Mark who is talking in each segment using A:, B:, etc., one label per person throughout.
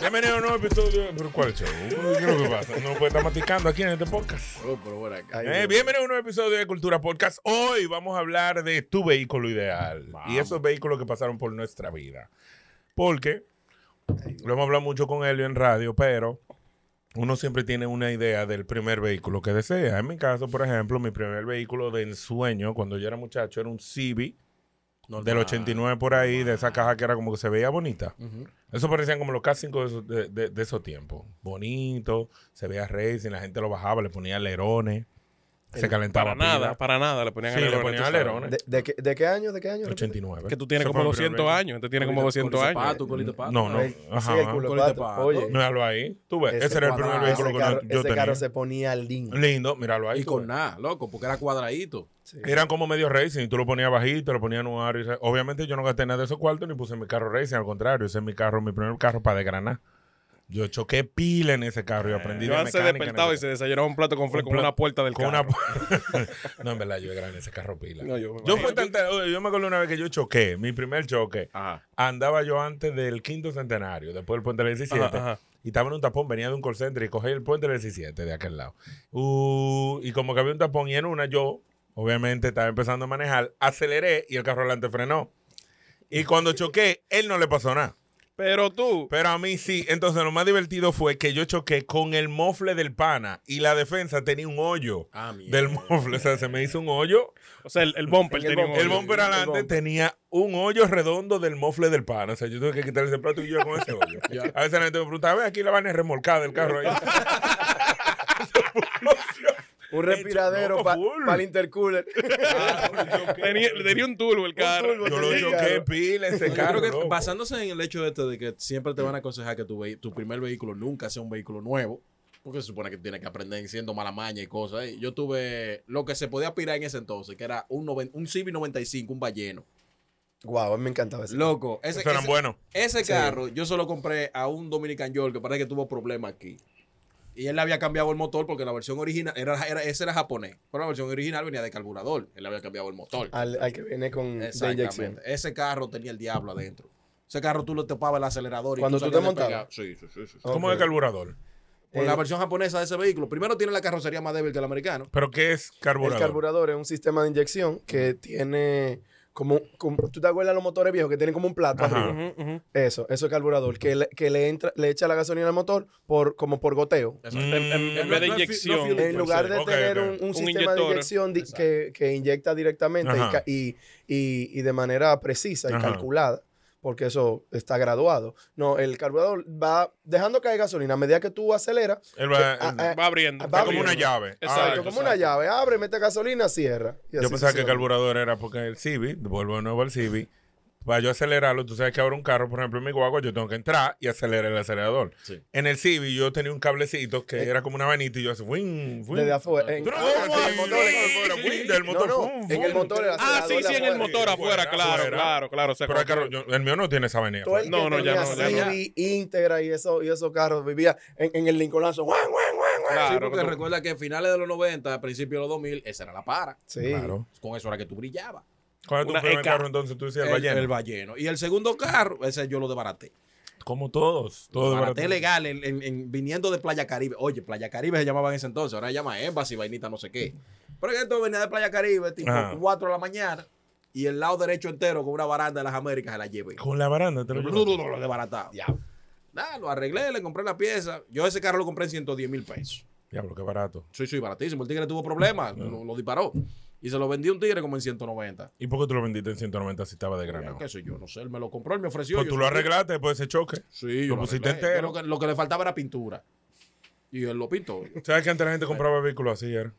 A: Bienvenido a un nuevo episodio. ¿Pero cuál show? ¿Qué es lo que pasa? No puede estar maticando aquí en este podcast. Eh, bienvenido a un nuevo episodio de Cultura Podcast. Hoy vamos a hablar de tu vehículo ideal y esos vehículos que pasaron por nuestra vida. Porque lo hemos hablado mucho con Helio en radio, pero uno siempre tiene una idea del primer vehículo que desea. En mi caso, por ejemplo, mi primer vehículo de ensueño cuando yo era muchacho era un Civic del 89 por ahí, de esa caja que era como que se veía bonita. Eso parecían como los K5 de esos- de, de- de esos tiempos. Bonito, se veía racing, la gente lo bajaba, le ponía alerones, se calentaba. Para nada, pila.
B: Para nada, le ponían
A: Sí, le
B: alerones,
A: ponían
B: tú sabes.
A: alerones.
C: ¿De, de qué, de qué año? ¿De qué año?
A: 89.
B: Que tú tienes
A: Ese
B: como
A: fue mi primer
B: 200
A: vehículo.
B: años. Este tiene como 200 años.
A: No, no.
C: Sí,
A: Ajá.
C: el culo de pato. Oye,
A: Míralo ahí. Tú ves, ese, era el primer
C: cuadrado,
A: vehículo
C: ese
A: que
C: carro,
A: yo
C: ese
A: tenía.
C: carro se ponía lindo.
A: Lindo, míralo ahí.
B: Y
A: tú
B: con
A: ves.
B: nada, loco, porque era cuadradito.
A: Eran como medio racing. Tú lo ponías bajito, lo ponías en un aro. y se- Obviamente yo no gasté nada de esos cuartos ni puse mi carro racing. Al contrario, ese es mi carro, mi primer carro para desgranar. Yo choqué pila en ese carro y aprendí de
B: Joan se
A: mecánica en
B: despertaba
A: ese
B: y se desayunaba un plato con fle
A: Un
B: con
A: pla-
B: una puerta del
A: Con
B: carro.
A: una- no, en verdad, yo era en ese carro pila.
B: No, yo
A: yo,
B: me
A: fui
B: imagino.
A: tan- oye, yo me acuerdo una vez que yo choqué, mi primer choque.
B: Ajá.
A: Andaba yo antes del quinto centenario, después del puente del 17.
B: Ajá, ajá.
A: Y estaba en un tapón, venía de un call center y cogí el puente del 17 de aquel lado. Uh, y como que había un tapón y en una yo, obviamente, estaba empezando a manejar, aceleré y el carro adelante frenó. Y cuando choqué, él no le pasó nada.
B: Pero tú,
A: Pero a mí sí. Entonces, lo más divertido fue que yo choqué con el mofle del pana y la defensa tenía un hoyo
B: Ah, mierda.
A: del mofle. O sea, se me hizo un hoyo.
B: o sea, el, el bumper
C: En el
B: tenía un
C: bumper.
A: El
B: hoyo.
A: bumper adelante tenía un hoyo redondo del mofle del pana. O sea, yo tuve que quitar ese plato y yo con ese hoyo. A veces la gente me preguntaba, "Ve, aquí la van a remolcar del carro ahí.
C: Un respiradero
A: no,
C: para
A: full.
C: el intercooler.
B: Tenía, tenía un turbo el carro.
C: turbo.
A: Yo lo choqué pila ese carro. loco.
B: basándose en el hecho este de que siempre te van a aconsejar que tu, primer vehículo nunca sea un vehículo nuevo, porque se supone que tienes que aprender siendo mala maña y cosas. Yo tuve lo que se podía aspirar en ese entonces, que era un, un Civic 95, un balleno.
C: Guau, a mí me encantaba ese.
B: Loco, ese,
A: Esos eran
B: ese-
A: buenos.
B: ese carro yo se lo compré a un Dominican York que parece que tuvo problemas aquí. Y él le había cambiado el motor porque la versión original, era, era- ese era japonés, pero la versión original venía de carburador. Él le había cambiado el motor.
C: Al, al que viene con de inyección.
B: Exactamente. Ese carro tenía el diablo adentro. Ese carro tú le tapabas el acelerador. y
C: Cuando tú te
B: salías
C: montabas.
B: despegado. Sí, sí, sí. sí, sí.
A: Como
C: Ok.
A: de carburador.
B: Con
C: Eh,
B: la versión japonesa de ese vehículo. Primero tiene la carrocería más débil que el americano.
A: ¿Pero qué es
C: El
A: carburador?
C: carburador es un sistema de inyección que tiene como, como- ¿Tú te acuerdas de los motores viejos que tienen como un plato
A: Ajá.
C: arriba? Eso, eso es carburador. Que le, que le entra, le echa la gasolina al motor por, como por goteo.
A: Mm,
B: vez de inyección.
C: En lugar de
A: Pues, Ok,
C: tener
A: ok.
C: un- un,
B: Un
C: sistema de
B: inyector.
C: inyección di- que, que inyecta directamente y
A: Ajá.
C: ca- y, y- y de manera precisa y
A: Ajá.
C: calculada, porque eso está graduado. No, el carburador va dejando caer gasolina. A medida que tú aceleras,
A: él va,
C: Ah, ah,
B: Va abriendo.
C: Va
A: es como una
C: abriendo.
A: llave. Ah,
B: Exacto,
C: como una llave, abre, mete gasolina, cierra. Y
A: Yo
C: así
A: pensaba que el
C: funciona.
A: carburador era porque el Civic, vuelvo de nuevo al Civic, para yo acelerarlo, tú sabes que ahora un carro, por ejemplo, en mi guagua, yo tengo que entrar y acelerar el acelerador.
B: Sí.
A: En el Civic yo tenía un cablecito que era como una vainita y yo hacía ¡wing!
C: Eh. Desde afuera. En,
A: Tú no
C: en el
A: alcanzas el
C: motor,
A: motor, el
C: en-
A: motor, wing, del motor,
C: no,
A: fum,
C: en el
A: fum.
C: motor, el
B: Ah, sí,
C: acelerador
B: sí, en el
C: afuera.
B: motor afuera, claro,
A: afuera.
B: claro, claro. O sea,
A: Pero el, carro,
B: cuando-
A: yo- el mío no tiene esa vainilla.
C: Todo el
B: No,
C: que
B: no, ya
C: tenía
B: no, ya no.
C: Civic, Integra y, eso, y esos carros vivía en, en el Lincolnazo. ¡Guau, guau, guau, guau!
B: Claro,
D: porque
B: que tú-
D: recuerda que a finales de los 90, a principios de los 2000, esa era la para.
C: Sí.
A: Claro.
D: Con eso era que tú brillabas.
A: ¿Cuál es tu
B: Una
A: primer
B: EK.
A: carro entonces? Tú decías
E: El,
A: el balleno.
E: el balleno. Y el segundo carro, ese yo lo desbaraté.
A: Como todos.
E: Lo
A: Todos
E: desbaraté
A: baratos.
E: legal en- en- en- viniendo de Playa Caribe. Oye, Playa Caribe se llamaba en ese entonces. Ahora se llama Embassy, vainita, no sé qué. Pero que esto venía de Playa Caribe, tipo
A: Ajá.
E: 4 de la mañana. Y el lado derecho entero con una baranda de las Américas se la llevé.
A: Con la baranda, te lo juro.
E: lo desbaratado. Nada, lo arreglé, le compré la pieza. Yo ese carro lo compré en 110 mil pesos.
A: Diablo, qué barato.
E: Sí, sí, baratísimo. El tigre tuvo problemas, lo, lo disparó. Y se lo vendí a un tigre como en 190.
A: ¿Y por qué tú lo vendiste en 190 si estaba de granado?
E: ¿Qué sé yo? No sé, él me lo compró, él me ofreció.
A: Pues
E: yo
A: tú
E: se
A: lo
E: di.
A: arreglaste después de ese choque.
E: Sí, yo
A: Lo
E: lo
A: pusiste
E: arreglé.
A: entero.
E: Yo Lo que, lo que le faltaba era pintura. Y él lo pintó.
A: ¿Sabes que antes la gente compraba vehículos así? Era?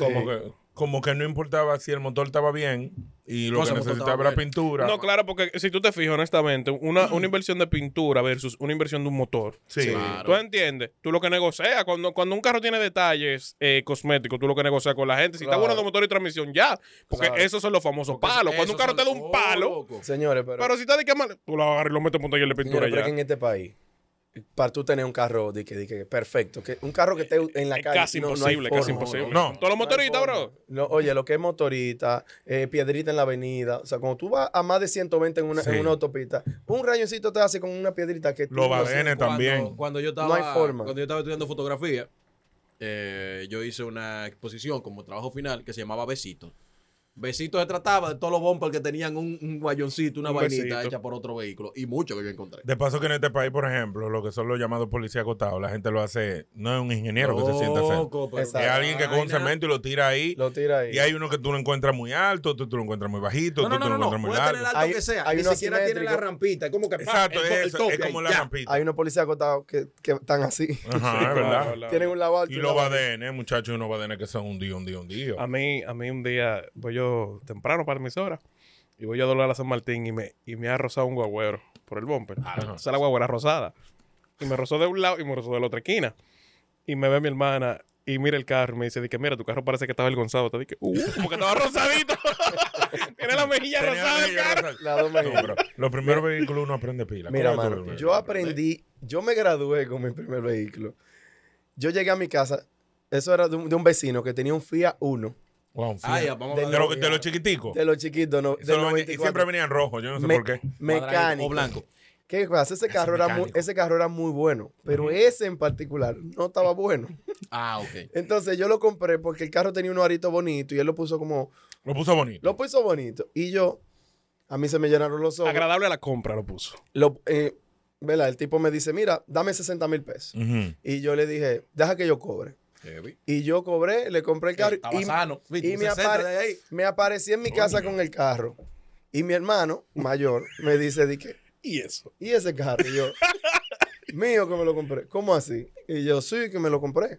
A: Como, que, como que no importaba si el motor estaba bien y lo
E: No,
A: que
E: ese motor
A: necesitaba
E: estaba
A: era
E: bueno.
A: pintura.
B: No, claro, porque si tú te fijas, honestamente, una,
C: Mm.
B: una inversión de pintura versus una inversión de un motor.
A: Sí.
B: ¿Tú entiendes? Tú lo que negocias, cuando, cuando un carro tiene detalles eh, cosméticos, tú lo que negocias con la gente. Si está
C: Claro.
B: bueno de motor y transmisión, ya. Porque
C: Claro.
B: esos son los famosos palos. Cuando un carro te da un palo,
C: Señores, pero,
B: pero si está de qué mal, tú lo agarras y lo metes en un taller de pintura
C: señores, pero
B: ya.
C: es que en este país, para tú tener un carro de que, de que perfecto, que un carro que esté en la
B: Es
C: calle.
B: casi
C: no- no hay
B: imposible, casi
C: forma.
B: imposible.
A: no, no.
B: Todos los motoristas,
C: Hay
B: bro.
C: forma. No, oye, lo que es motorita, eh, piedrita en la avenida. O sea, cuando tú vas a más de 120 en una,
A: Sí.
C: en una autopista, un rayoncito te hace con una piedrita que tú
A: Lo
C: no
A: badene
C: sé-
A: también.
E: Cuando, cuando yo estaba,
C: No hay forma.
E: Cuando yo estaba estudiando fotografía, eh, yo hice una exposición como trabajo final que se llamaba Besitos. Besitos se trataba de todos los bumpers que tenían un, un guayoncito, una
B: Un
E: vainita
B: besito.
E: hecha por otro vehículo. Y mucho que yo encontré.
A: De paso que en este país, por ejemplo, lo que son los llamados policías acotados, la gente lo hace, no es un ingeniero que se sienta a hacer.
E: Loco, pero
C: Exacto.
A: Es
E: una
A: alguien que con un
E: vaina.
A: cemento y lo tira ahí.
C: Lo tira ahí.
A: Y hay uno que tú lo encuentras muy alto, tú, tú lo encuentras muy bajito,
E: No,
A: tú,
E: no,
A: tú
E: no, no,
A: lo
E: no.
A: encuentras muy
E: Puede
A: largo.
E: tener alto
C: Hay-
E: que sea.
C: hay
E: Ni
C: uno
E: siquiera tiene la
C: asimétrico.
E: rampita. Es como que pa,
A: Exacto,
E: el to- el
A: eso,
E: tope
A: es como
E: ahí,
A: la
E: ya.
A: rampita.
C: Hay unos policías acotados que, que están así.
A: Ajá, es verdad.
C: Tienen un lado alto.
A: Y
C: un
A: los
C: lado bajo.
A: badenes, muchachos, unos badenes que son un día, un día, un día.
E: Ah,
B: A mí, a mí un día voy yo temprano para la emisora y voy yo a doblar a San Martín y me, y me ha rozado un guagüero por el bumper.
E: Ah,
B: O sea, la guagüera rosada. Y me rozó de un lado y me rozó de la otra esquina. Y me ve mi hermana y mira el carro y me dice, que mira, tu carro parece que estaba avergonzado. Te dije, uh, como que estaba rosadito. Tiene la mejilla
A: Tenía
B: rosada el
A: anillo,
B: carro.
A: rosado.
C: Las dos
A: No,
C: mejillas.
A: pero los primeros vehículos uno aprende pila.
C: Mira,
A: ¿Cómo es tu
C: mano,
A: primer
C: yo
A: vehículo?
C: aprendí, yo me gradué con mi primer vehículo. Yo llegué a mi casa, eso era de un, de un vecino que tenía un Fiat 1,
A: Wow, un
E: Ah,
A: Fiat.
E: ya, vamos a
C: De
A: de,
E: hablar
A: lo-
E: de-
A: de los chiquiticos.
C: de los chiquitos, no,
A: Eso
C: del
A: lo venía- y
C: 94.
A: siempre venían rojos, yo no sé
C: Me-
A: por qué.
C: mecánico.
E: o blanco.
C: ¿Qué pasa? Ese carro, era muy,
A: mecánico.
C: ese carro era muy bueno, pero ese en particular no estaba bueno.
E: Ah, ok.
C: Entonces yo lo compré porque el carro tenía un arito bonito y él lo puso como,
A: Lo puso bonito.
C: lo puso bonito. Y yo, a mí se me llenaron los ojos.
B: Agradable a la compra lo puso.
C: Lo- eh, ¿verdad? El tipo me dice, mira, dame 60 mil pesos.
A: Ujú.
C: Y yo le dije, deja que yo cobre.
E: Heavy.
C: Y yo cobré, le compré el carro.
E: Estaba
C: y
E: sano. Viste,
C: y
E: un
C: me,
E: 60
C: apare-
E: de ahí.
C: me aparecí en mi casa con el carro. Y mi hermano mayor me dice, di que,
B: Y eso.
C: ¿y ese carro? Y yo, mío que me lo compré. ¿Cómo así? Y yo, sí, que me lo compré.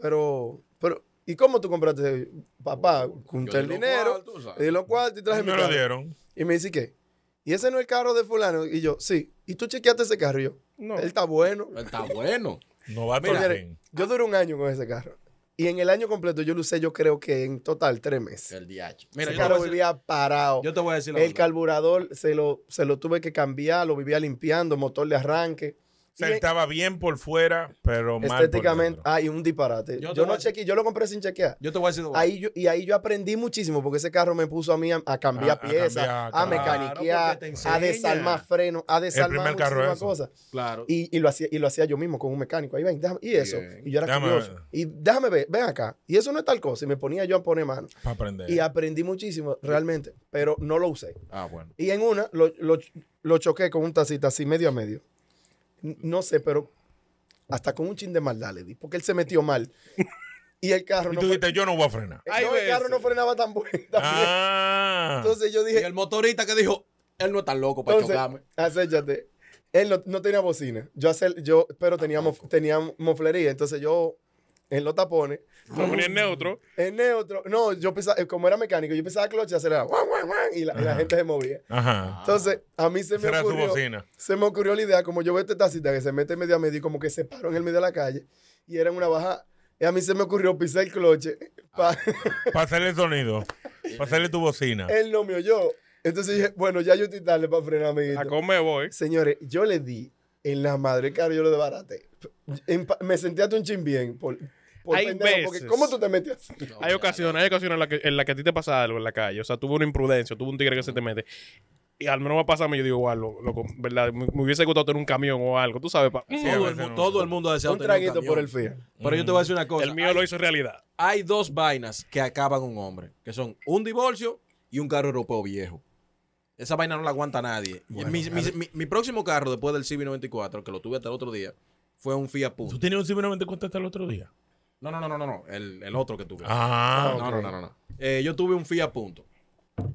C: Pero, pero ¿y cómo tú compraste? Papá, junté
E: di
C: el
E: los
C: dinero,
E: cuartos, ¿sabes?
C: di los cuartos y traje mi
A: Me lo
C: carro.
A: dieron.
C: Y me dice, ¿qué? ¿Y ese no es el carro de fulano? Y yo, sí. ¿Y tú chequeaste ese carro? Y yo,
B: No.
C: él está bueno.
E: Está bueno.
A: No va a
C: Mira,
A: tocar.
C: yo duré un año con ese carro. Y en el año completo yo lo usé, yo creo que en total tres meses.
E: El DH. Mira,
C: ese
E: yo te, voy a
C: carro
E: decir,
C: vivía parado.
E: yo te voy a decir la
C: el
E: verdad.
C: carburador se lo, se lo tuve que cambiar, lo vivía limpiando, motor de arranque.
A: O sea,
C: Y
A: estaba bien por fuera, pero mal
C: estéticamente, ah,
A: por dentro.
C: ay, un disparate.
E: Yo
C: Yo,
E: te voy
C: no
E: a decir-
C: chequeé, yo lo compré sin chequear.
E: Yo te voy a decir la verdad.
C: Ahí yo, y ahí yo aprendí muchísimo porque ese carro me puso a mí a, a cambiar
A: Ah, A- a
C: piezas,
A: cambiar,
C: a,
A: claro.
C: mecaniquear,
E: porque te
C: a
E: enseña.
C: desarmar frenos, a desarmar
A: primer carro
C: muchísimas
A: eso.
C: cosas.
E: Claro.
C: Y, y lo hacía, y lo hacía yo mismo con un mecánico. Ahí ven, déjame- y eso.
E: Bien.
C: Y yo era
A: Déjame
C: curioso.
A: ver.
C: Y déjame ver, ven acá. Y eso no es tal cosa. Y me ponía yo a poner mano.
A: Para aprender.
C: Y aprendí muchísimo, realmente. Pero no lo usé.
E: ah, bueno.
C: Y en una lo, lo- lo choqué con un tacita así, medio a medio. N- No sé, pero hasta con un chin de maldad le di. Porque él se metió mal. Y el carro
A: Y
C: no,
A: tú
C: fre-
A: dijiste, yo no voy a frenar.
C: Eh, No,
B: Ay,
C: el carro
B: ves.
C: no frenaba tan bueno. también.
A: pues, Ah.
C: Entonces yo
E: Y
C: dije,
E: el motorista que dijo, él no es tan loco para
C: Entonces,
E: chocarme.
C: acéchate. Él no, no tenía bocina. Yo, acel- yo pero
A: Ah,
C: teníamos, teníamos moflería. Entonces yo, en los tapones,
B: Lo ponía en neutro.
C: en neutro. No, yo pensaba, eh, como era mecánico, yo pensaba clutch y aceleraba. guau, guau, guau, y la, y la gente se movía.
A: Ajá.
C: Entonces, a mí se
A: Esa
C: me
A: era su
C: ocurrió.
A: bocina.
C: Se me ocurrió la idea, como yo veo este tacita que se mete medio a medio y como que se paró en el medio de la calle y era en una baja. Y a mí se me ocurrió pisar el cloche.
A: Ah.
C: pa-
A: Para hacerle sonido. Para hacerle tu bocina.
C: él no me oyó. Entonces dije, bueno, ya yo estoy tarde para frenar, amiguito.
B: A comer voy.
C: Señores, yo le di en la madre, claro, yo lo desbaraté. En pa- me sentí hasta un chin bien. por- por
B: Hay
C: pendejo, porque
B: veces.
C: ¿Cómo tú te metes así?
B: hay ocasiones, hay ocasiones en las que, en la que a ti te pasa algo en la calle. O sea, tuvo una imprudencia, tuvo un tigre que se te mete. Y al menos va a pasarme, yo digo, wow, lo, loco, ¿verdad? Me, me hubiese gustado tener un camión o algo, tú sabes. pa-
E: todo, el, mu- todo el mundo desea
C: Un
E: tener
C: traguito
E: camión.
C: por el FIA.
E: Pero yo te voy a decir una cosa.
B: El mío lo hizo realidad.
E: Hay dos vainas que acaban un hombre, que son un divorcio y un carro europeo viejo. Esa vaina no la aguanta nadie. mi, mi- mi- mi próximo carro después del CB94, que lo tuve hasta el otro día, fue un Fiat Punto.
A: ¿Tú tenías un Cyber 94 hasta el otro día?
E: No, no, no, no, no, no. El, el otro que tuve.
A: Ah,
E: no,
A: ok.
E: no, no, no, no. Eh, yo tuve un Fiat Punto.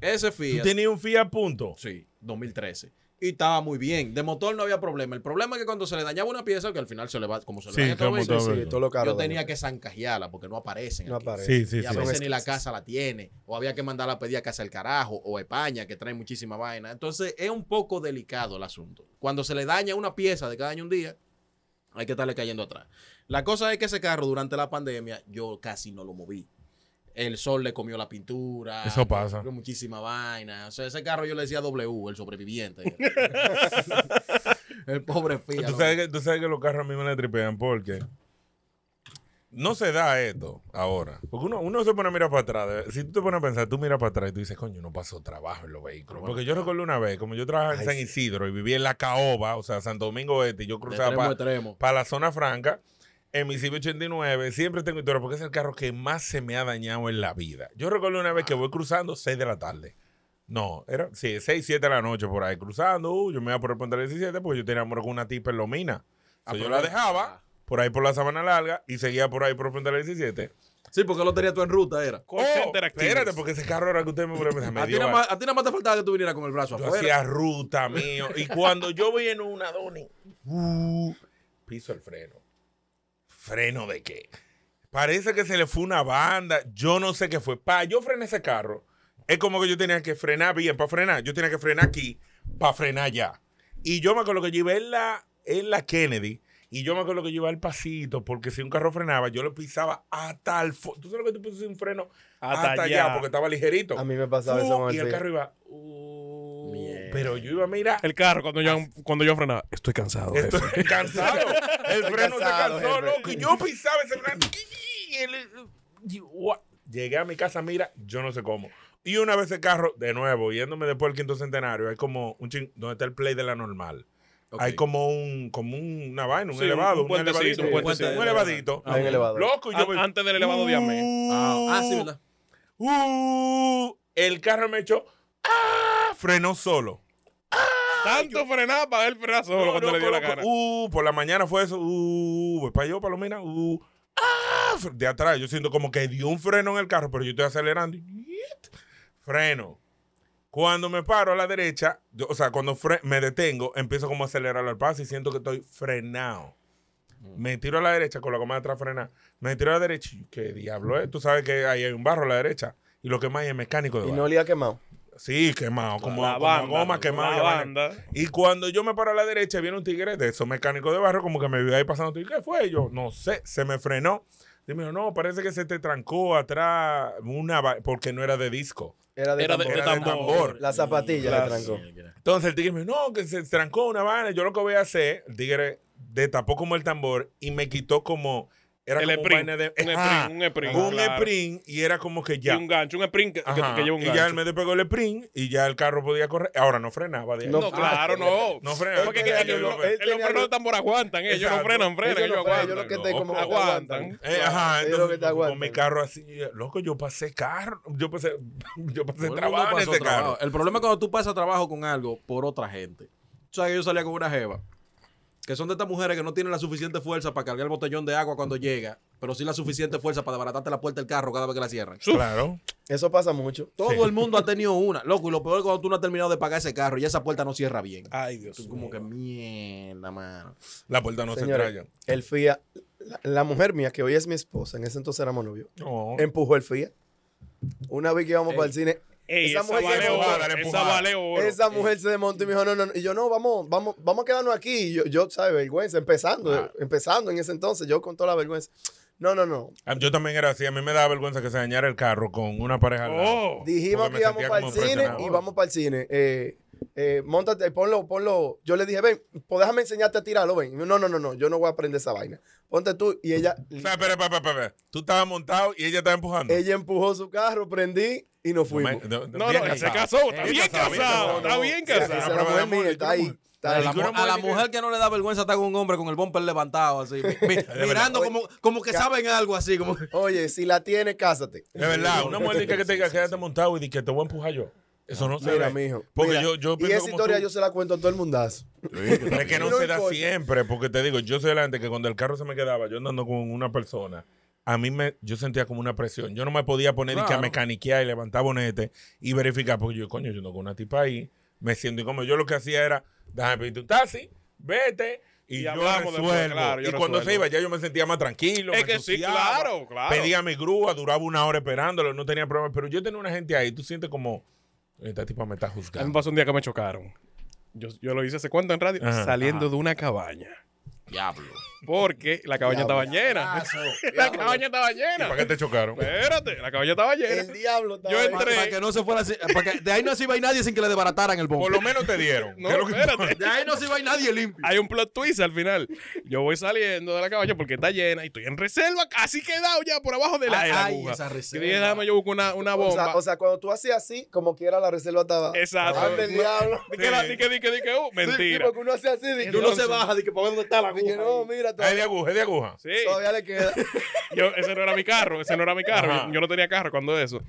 E: Ese Fiat.
A: ¿Tú tenías un Fiat Punto?
E: Sí, 2013. Y estaba muy bien. De motor no había problema. El problema es que cuando se le dañaba una pieza, que al final se le va, como se le
A: Sí,
E: daña todo
A: como
E: eso,
A: todo eso.
C: todo lo caro
E: yo tenía
C: daña.
E: que zancajearla porque no aparecen.
C: No
E: aquí.
C: aparece.
A: Sí, sí,
E: y a
A: sí.
E: veces ni la
C: Son
E: casa la tiene, o había que mandarla a pedir a casa el carajo, o a España, que trae muchísima vaina. Entonces es un poco delicado el asunto. Cuando se le daña una pieza de cada año un día, hay que estarle cayendo atrás. La cosa es que ese carro durante la pandemia yo casi no lo moví. El sol le comió la pintura.
A: Eso pasa.
E: Muchísima vaina. O sea, ese carro yo le decía W, el sobreviviente. el pobre Fiat.
A: ¿Tú sabes, que, tú sabes que los carros a mí me le tripean porque no se da esto ahora. Porque uno, uno se pone a mirar para atrás. de- Si tú te pones a pensar, tú miras para atrás y tú dices, coño, no pasó trabajo en los vehículos. Porque yo recuerdo una vez, como yo trabajaba en San Isidro y vivía en la Caoba, o sea, Santo Domingo Este, y yo cruzaba
E: extremo a
A: para
E: extremo.
A: la zona franca. En mi CB89 siempre tengo historia porque es el carro que más se me ha dañado en la vida. Yo recuerdo una vez que voy cruzando 6 de la tarde. No, era sí, 6, 7 de la noche por ahí cruzando. Uh, yo me iba por el puente del 17 porque yo tenía amor con una tipa en Lomina. So, yo la dejaba por ahí por la Sabana Larga y seguía por ahí por el puente del 17.
E: Sí, porque lo tenías tú en ruta, era.
B: Call center activo.
A: Oh, espérate, porque ese carro era que usted me pone a pensar, me
E: A ti,
A: dio
E: nada
A: bar-
E: más, a ti nada más te faltaba que tú vinieras con el brazo
A: yo
E: afuera.
A: hacía ruta, mío. Y cuando yo voy en una Doni, uh, piso el freno. ¿Freno de qué? Parece que se le fue una banda. Yo no sé qué fue. Pa, yo frené ese carro. Es como que yo tenía que frenar bien para frenar. Yo tenía que frenar aquí para frenar allá. Y yo me acuerdo que yo iba en la, en la Kennedy. Y yo me acuerdo que yo iba al pasito, porque si un carro frenaba, yo lo pisaba hasta el fondo. ¿Tú sabes lo que tú pusiste un freno?
B: Hasta
A: Hasta,
B: allá.
A: allá. porque estaba ligerito.
C: A mí me pasaba
A: Fu,
C: eso con el
A: Y el
C: Fiat.
A: carro iba. uh, pero yo iba a mirar.
B: El carro, cuando
A: Ah,
B: yo, cuando yo frenaba, estoy cansado. jefe".
A: Estoy cansado. El
C: Estoy
A: freno
C: cansado,
A: se cansó,
C: jefe.
A: loco. Y yo pisaba ese freno. Y el- y- gua- Llegué a mi casa, mira, yo no sé cómo. Y una vez el carro, de nuevo, yéndome después del quinto centenario, hay como un ching, donde está el play de la normal. Hay como un, como un- una vaina, un
B: Sí, un-
A: elevado,
B: un
A: un,
B: puentecito,
A: elevadito,
B: un
A: un,
B: puentecito. Ah,
A: elevadito.
C: Hay un elevador.
A: Loco, y yo
B: An-
A: voy-
B: antes del elevado de Amé.
A: Uh,
E: Ah, sí, ¿verdad?
A: uh, el carro me echó, ah, frenó solo.
B: Tanto frenaba para él frenar solo
A: No,
B: cuando
A: loco,
B: le dio la
A: loco.
B: gana.
A: Uh, por la mañana fue eso. Uh, voy para yo, Palomina. Uh, ah, fr- de atrás. Yo siento como que dio un freno en el carro, pero yo estoy acelerando. Yit. Freno. Cuando me paro a la derecha, yo- o sea, cuando fre- me detengo, empiezo como a acelerar al paso y siento que estoy frenado.
B: Mm.
A: Me tiro a la derecha con la goma de atrás frenada. Me tiro a la derecha. y, ¿Qué diablo es? Tú sabes que ahí hay un barro a la derecha. Y lo que más hay es mecánico de
C: Y
A: barro.
C: no olía quemado.
A: Sí, quemado, como,
B: La
A: como
B: banda,
A: goma quemada.
B: la
A: y vaina.
B: banda.
A: Y cuando yo me paro a la derecha, viene un tigre de esos mecánicos de barrio, como que me vio ahí pasando. ¿Y qué fue? Y Yo, no sé, se me frenó. Y me dijo, no, parece que se te trancó atrás una va- porque no era de disco.
C: Era de,
B: Era de-
C: tambor.
A: Era de tambor.
C: La zapatilla le trancó.
A: Entonces el tigre me dijo, no, que se trancó una vaina. Yo lo que voy a hacer, el tigre destapó como el tambor y me quitó como. Era
B: El
A: como
B: sprint,
A: vaina de-
B: un
A: Ajá,
B: sprint, un sprint,
A: Un
B: claro.
A: sprint y era como que ya.
B: Y un gancho, un sprint que, que-
A: Ajá,
B: que lleva un
A: y
B: gancho.
A: ya él me despegó el sprint y ya el carro podía correr. Ahora no frenaba. de ahí.
B: No, claro, no.
A: Ah, No frena.
B: Porque
A: Él
B: que- que
A: tenía que-
B: los
C: él
B: los
C: tenía
B: frenos
C: que-
B: de tambor aguantan, eh. ellos no
A: Exacto.
B: frenan, frenan,
C: Ellos no
B: ellos
C: frenan,
B: aguantan.
C: ellos lo que te- como que te
B: aguantan.
C: aguantan.
A: Eh, ajá,
C: Es lo que
A: entonces,
C: te
A: yo
C: aguantan.
A: con mi carro así, loco, yo pasé carro, yo pasé, yo pasé
E: Todo el mundo
A: trabajo en
E: pasó
A: este
E: trabajo.
A: carro.
E: El problema es cuando tú pasas trabajo con algo por otra gente. O sea, que yo salía con una jeva, que son de estas mujeres que no tienen la suficiente fuerza para cargar el botellón de agua cuando llega, pero sí la suficiente fuerza para desbaratarte la puerta del carro cada vez que la cierran.
A: Claro.
C: Eso pasa mucho.
E: Todo el mundo ha tenido una. Loco, y lo peor es cuando tú no has terminado de pagar ese carro y esa puerta no cierra bien.
B: Ay, Dios
E: Tú como que mierda, mano.
A: La puerta no se
C: Señores,
A: trae.
C: el FIA, la, la mujer mía, que hoy es mi esposa, en ese entonces éramos novios,
A: No.
C: empujó el FIA. Una vez que íbamos
E: Ey.
C: para el cine,
B: Ey,
C: esa
B: esa,
C: mujer se
B: vale
C: montó.
B: oro,
A: Dale
B: esa
A: empujada.
B: vale oro.
C: Esa mujer se desmontó y me dijo, no, no, no. Y yo, no, vamos, vamos, vamos a quedarnos aquí. Y yo, yo ¿sabes? Vergüenza, empezando,
A: Ah.
C: eh, empezando en ese entonces, yo con toda la vergüenza. No, no, no.
A: Ah, Yo también era así, a mí me daba vergüenza que se dañara el carro con una pareja. al lado.
B: Oh.
C: Dijimos
A: Porque me
C: que íbamos
A: sentía
C: para el
A: como
C: cine
A: presionado.
C: y vamos para el cine. Eh, eh, montate, ponlo, ponlo. Yo le dije, ven, pues déjame enseñarte a tirarlo, ven. Y yo, No, no, no, no, yo no voy a aprender esa vaina. Ponte tú y ella.
A: Espera, espera, espera, espera, espera. Tú estabas montado y ella estaba empujando.
C: Ella empujó su carro, prendí y nos fuimos.
A: No,
B: No, no, él se casó, está bien casado, está bien
C: Esa- esa es la mujer
B: casado.
C: mía, está ahí. está
F: A
C: ahí.
F: la, mu- a la mujer que no le da vergüenza estar con un hombre con el bumper levantado, así, mi- mi- mirando como, como que saben algo así. Como...
C: Oye, si la tienes, cásate.
A: De verdad, una mujer dice que te diga, quédate montado y dice que te voy a empujar yo. Eso no se
C: Mira,
A: ve.
C: mijo.
A: Porque
C: mira,
A: yo, yo
C: y
A: pienso
C: esa
A: como
C: historia
A: tú.
C: yo se la cuento a todo el mundazo.
A: Pero es que no,
C: No
A: se da
C: importa.
A: siempre, porque te digo, yo soy de la gente que cuando el carro se me quedaba, yo andando con una persona, a mí me, yo sentía como una presión. Yo no me podía poner y que a
F: Claro.
A: mecaniquear y levantar bonete y verificar, porque yo, coño, yo ando con una tipa ahí, me siento incómodo. Yo lo que hacía era, déjame pedir tu taxi, vete. Y,
B: Y
A: yo
B: hablamos
A: resuelvo.
B: después, claro, yo
A: y cuando se
B: resuelvo.
A: iba, ya yo me sentía más tranquilo.
B: Es
A: me
B: que sí,
A: entusiasmaba,
B: claro, claro.
A: Pedía mi grúa, duraba una hora esperándolo, no tenía problema. Pero yo tenía una gente ahí, tú sientes como, esta tipa me está
B: A mí me
A: juzgando.
B: pasó un día que me chocaron. Yo, yo lo hice hace cuánto en radio,
A: Ajá,
B: saliendo
A: ajá.
B: de una cabaña.
F: Diablo.
B: Porque la cabaña
C: Diablo.
B: estaba llena. La
C: diablo.
B: cabaña estaba
A: ¿Y para
B: llena.
A: qué te chocaron?
B: Espérate, la cabaña estaba llena.
C: El diablo estaba
B: Yo
C: ahí.
B: entré.
F: Para que no se fuera así, para que de ahí no se iba a ir nadie sin que le desbarataran el
A: Por
F: bumper.
A: lo menos te dieron.
B: No,
A: ¿Qué es lo que-
B: espérate.
F: De ahí no se iba a ir nadie limpio.
B: Hay un plot twist al final. Yo voy saliendo de la cabaña porque está llena y estoy en reserva, así quedado ya por abajo de la, de la
F: Ay,
B: aguja.
F: esa
B: Yo
F: reserva.
B: dije, déjame yo busco una, una
C: O
B: bomba.
C: sea, o sea, cuando tú hacías así, como quiera la reserva estaba.
B: Exacto.
C: Ande el diablo.
B: Di que la- di que- di que- di que, uh,
C: Sí,
B: mentira.
C: porque uno hace así. di que-
F: Y uno se baja, de que para ver dónde está la
C: di que no,
F: aguja.
A: Ah,
C: mira,
A: Es de
C: todavía,
A: aguja, es de aguja.
B: Sí.
C: todavía le queda.
B: Yo, ese no era mi carro, ese no era mi carro.
A: Ajá.
B: Yo, yo no tenía carro cuando eso.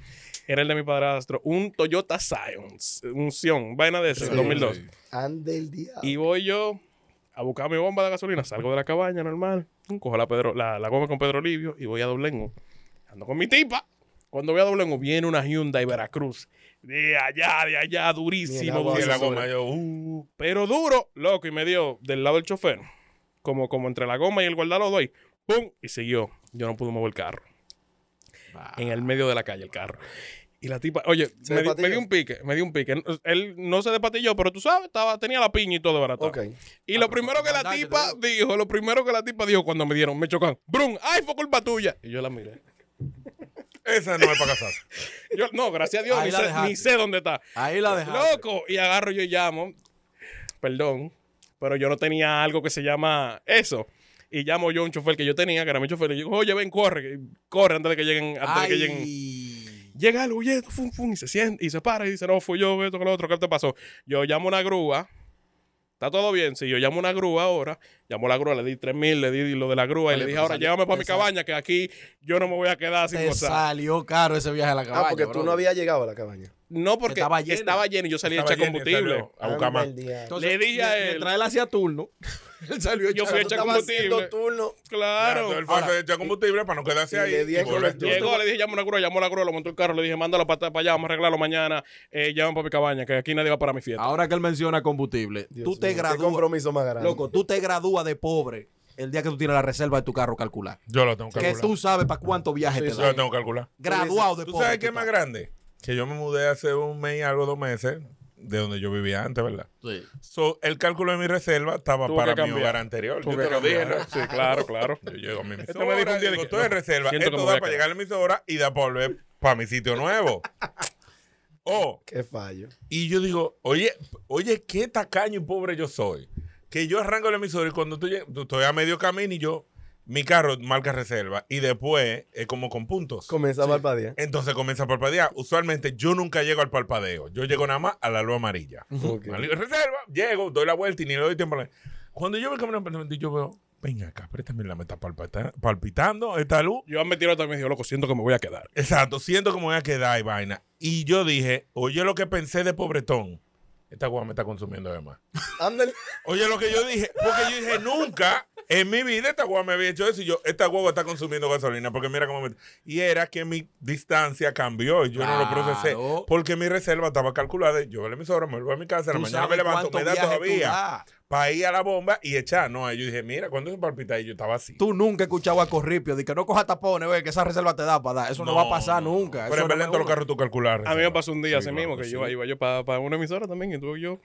B: Era el de mi padrastro, un Toyota Scion, un Sion, vaina de ese,
C: Sí,
B: 2002.
C: sí. Ande el diablo.
B: Y voy yo a buscar mi bomba de gasolina, salgo de la cabaña normal, cojo la, Pedro, la, la goma con Pedro Livio y voy a Doblengo. Ando con mi tipa. Cuando voy a Doblengo viene una Hyundai Veracruz. De allá, de allá,
C: Ni el
B: durísimo,
A: Y
C: agua Vamos
A: la
B: durísimo.
C: sobre.
A: goma, yo, uh,
B: Pero duro, loco, y me dio del lado del chofer, como, como entre la goma y el guardalodo ahí, ¡pum! Y siguió. Yo no pude mover el carro. En el medio de la calle el carro. Y la tipa, oye,
C: ¿Se
B: me, di-
C: despatilló?
B: me dio un pique, me dio un pique. Él no se despatilló, pero tú sabes, estaba, tenía la piña y todo baratado.
C: Ok.
B: Y lo primero que la
F: mandar, yo te
B: tipa dijo, lo primero que la tipa dijo cuando me dieron, me chocan, ¡brum! ¡Ay, fue culpa tuya! Y yo la miré.
A: esa no es para casarse.
B: Yo, no, gracias a Dios,
F: Ahí
B: ni
F: la
B: sé,
F: dejaste.
B: ni sé dónde está.
F: Ahí la dejaste.
B: Loco, y agarro yo y llamo. Perdón, pero yo no tenía algo que se llama eso. Y llamo yo a un chofer que yo tenía, que era mi chofer, y digo, oye, ven, corre, corre antes de que lleguen, antes de que lleguen.
F: Ay.
B: Llega el huyendo, fum, fum, y se siente, y se para, y dice, no, fui yo, esto, que lo otro, ¿qué te pasó? Yo llamo una grúa, está todo bien, si yo llamo una grúa ahora, llamo a la grúa, le di tres mil, le di lo de la grúa, y le dije, ahora llévame para mi cabaña, que aquí yo no me voy a quedar sin
F: Te
B: gozar.
F: salió caro ese viaje a la cabaña.
C: Ah, porque tú
F: brother.
C: no habías llegado a la cabaña.
B: No, porque
F: Estaba
B: estaba
F: llena.
B: lleno y yo salí a
A: Estaba
B: echar
A: llena y
B: combustible.
A: salió A buscar más.
C: Ande el diablo.
F: Entonces,
B: Le dije a
F: me- me
B: él.
F: trae él hacia turno. él salió
B: Yo
F: echando-
B: fui a
C: Tú
B: echar
C: estabas haciendo
B: combustible.
C: turno.
B: Claro.
A: Entonces, él fue a hacer echar combustible para no quedarse
C: Y
A: ahí.
C: le di
A: y
C: el
A: volver.
C: colector.
B: Llegó, le dije, llamo a la grúa, llamó a la grúa, lo montó el carro, le dije, mándalo para, allá, vamos a arreglarlo mañana, eh, llama para mi cabaña, que aquí nadie va para mi fiesta.
F: Ahora que él menciona combustible,
C: Dios
F: tú te
C: mío, qué
F: gradúas.
C: compromiso más grande.
F: Loco, tú te gradúas de pobre el día que tú tienes la reserva de tu carro calcular.
A: Yo lo tengo que
F: Que
A: calcular.
F: tú sabes para cuántos viajes te
A: Yo lo
F: dan.
A: tengo que calcular.
F: Graduado de
A: ¿Tú
F: pobre.
A: sabes qué
F: tú
A: es más
F: estás.
A: grande? Que yo me mudé hace un mes y algo, dos meses, de donde yo vivía antes, ¿verdad?
F: Sí.
A: So, el cálculo de mi reserva estaba
B: Tuvo
A: para
B: que
A: mi
B: cambiar.
A: hogar anterior.
B: Tuvo
A: yo te
B: que
A: lo dije,
B: cambiar.
A: ¿no?
B: Sí, claro, claro.
A: Yo llego a mi emisora,
B: Este me dijo un día de
A: digo,
B: que-
A: todo es reserva.
B: Siento que
A: Esto
B: me
A: da
B: voy a
A: para
B: quedar.
A: llegar a mi emisora y da para volver para mi sitio nuevo. O...
C: Qué fallo.
A: Y yo digo, oye, oye, qué tacaño y pobre yo soy. Que yo arranco el emisor y cuando tú llegas, tú- estoy a medio camino y yo, mi carro marca reserva y después es como con puntos.
C: Comenzaba a parpadear.
A: Entonces comienza a parpadear. Usualmente yo nunca llego al parpadeo. Yo llego nada más a la luz amarilla.
C: Ok.
A: Vale, Reserva, llego, doy la vuelta y ni le doy tiempo. a la- Cuando yo voy caminando, por el apartamento, yo veo, venga acá, pero esta mierda me está palpita- palpitando esta luz.
B: Yo me tiro también y dije, loco, siento que me voy a quedar.
A: Exacto, siento que me voy a quedar y vaina. Y yo dije, oye lo que pensé de pobretón. Esta guapa me está consumiendo además.
C: Ande el-
A: Oye lo que yo dije, porque yo dije, nunca en mi vida esta guapa me había hecho eso. Y yo, esta guapa está consumiendo gasolina, porque mira cómo me... Y era que mi distancia cambió y yo no lo procesé.
F: Claro.
A: Porque mi reserva estaba calculada. Yo voy a la emisora, me vuelvo a mi casa, a la
F: Tú
A: mañana me
F: sabes
A: levanto,
F: cuántos
A: me da
F: viajes tú
A: todavía
F: das.
A: para ir a la bomba y echar. No, yo dije, mira, cuando se palpita y yo estaba así.
F: Tú nunca has escuchado a Corripio de que no coja tapones, ve, que esa reserva te da para dar. Ah, Eso no, va a pasar nunca.
A: Pero en verdad en todos los carros tú calculas.
B: A mí me
A: reserva.
B: pasó un día
A: Pues Sí,
B: así
A: claro
B: mismo, que
A: sí.
B: yo iba yo para una emisora también, y tú y yo.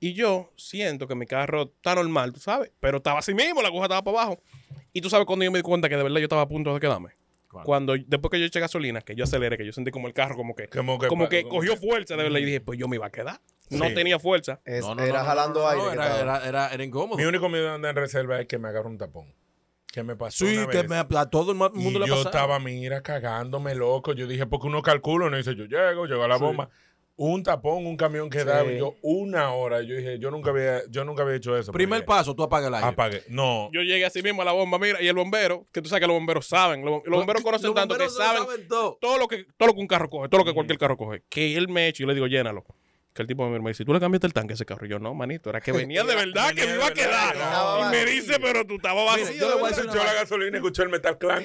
B: Y yo siento que mi carro está normal, tú sabes, pero estaba así mismo, la aguja estaba para abajo. Y tú sabes cuando yo me di cuenta que de verdad yo estaba a punto de quedarme. Cuando, después que yo eché gasolina, que yo aceleré, que yo sentí como el carro como que,
A: Como que-
B: como que
A: como
B: cogió
A: que-
B: fuerza de verdad, y dije, pues yo me iba a quedar. No
A: Sí.
B: tenía fuerza.
C: Es-
A: No, no, era no, no, jalando no, no, aire que era- estaba.
F: Era, era incómodo.
A: Mi único miedo de andar en reserva es que me agarre un tapón. Que me pasó.
F: Sí,
A: una
F: que
A: vez.
F: me apla- a todo el ma- mundo
A: y
F: le
A: Yo
F: pasaba.
A: estaba, mira, cagándome loco. Yo dije, porque uno calcula, uno dice, yo llego, llego a la
F: Sí.
A: bomba. Un tapón, un camión que
F: Sí.
A: daba, y yo una hora. Yo dije, yo nunca había, yo nunca había hecho eso.
F: Primer paso, tú apagas el aire.
A: Apague. No.
B: Yo llegué así mismo a la bomba, mira, y el bombero, que tú sabes que los bomberos saben, los, los bomberos conocen tanto que saben, todo. lo que todo lo que un carro coge, todo lo que cualquier carro coge. Que él me echa y yo le digo, llénalo. Que el tipo me me dice, ¿tú le cambiaste el tanque a ese carro? Y yo, no, manito, era que venía de verdad que me iba a quedar. y me dice, pero tú estabas vacío.
A: yo le voy a decir
B: Yo
A: la gasolina y escuché el Metal Clan.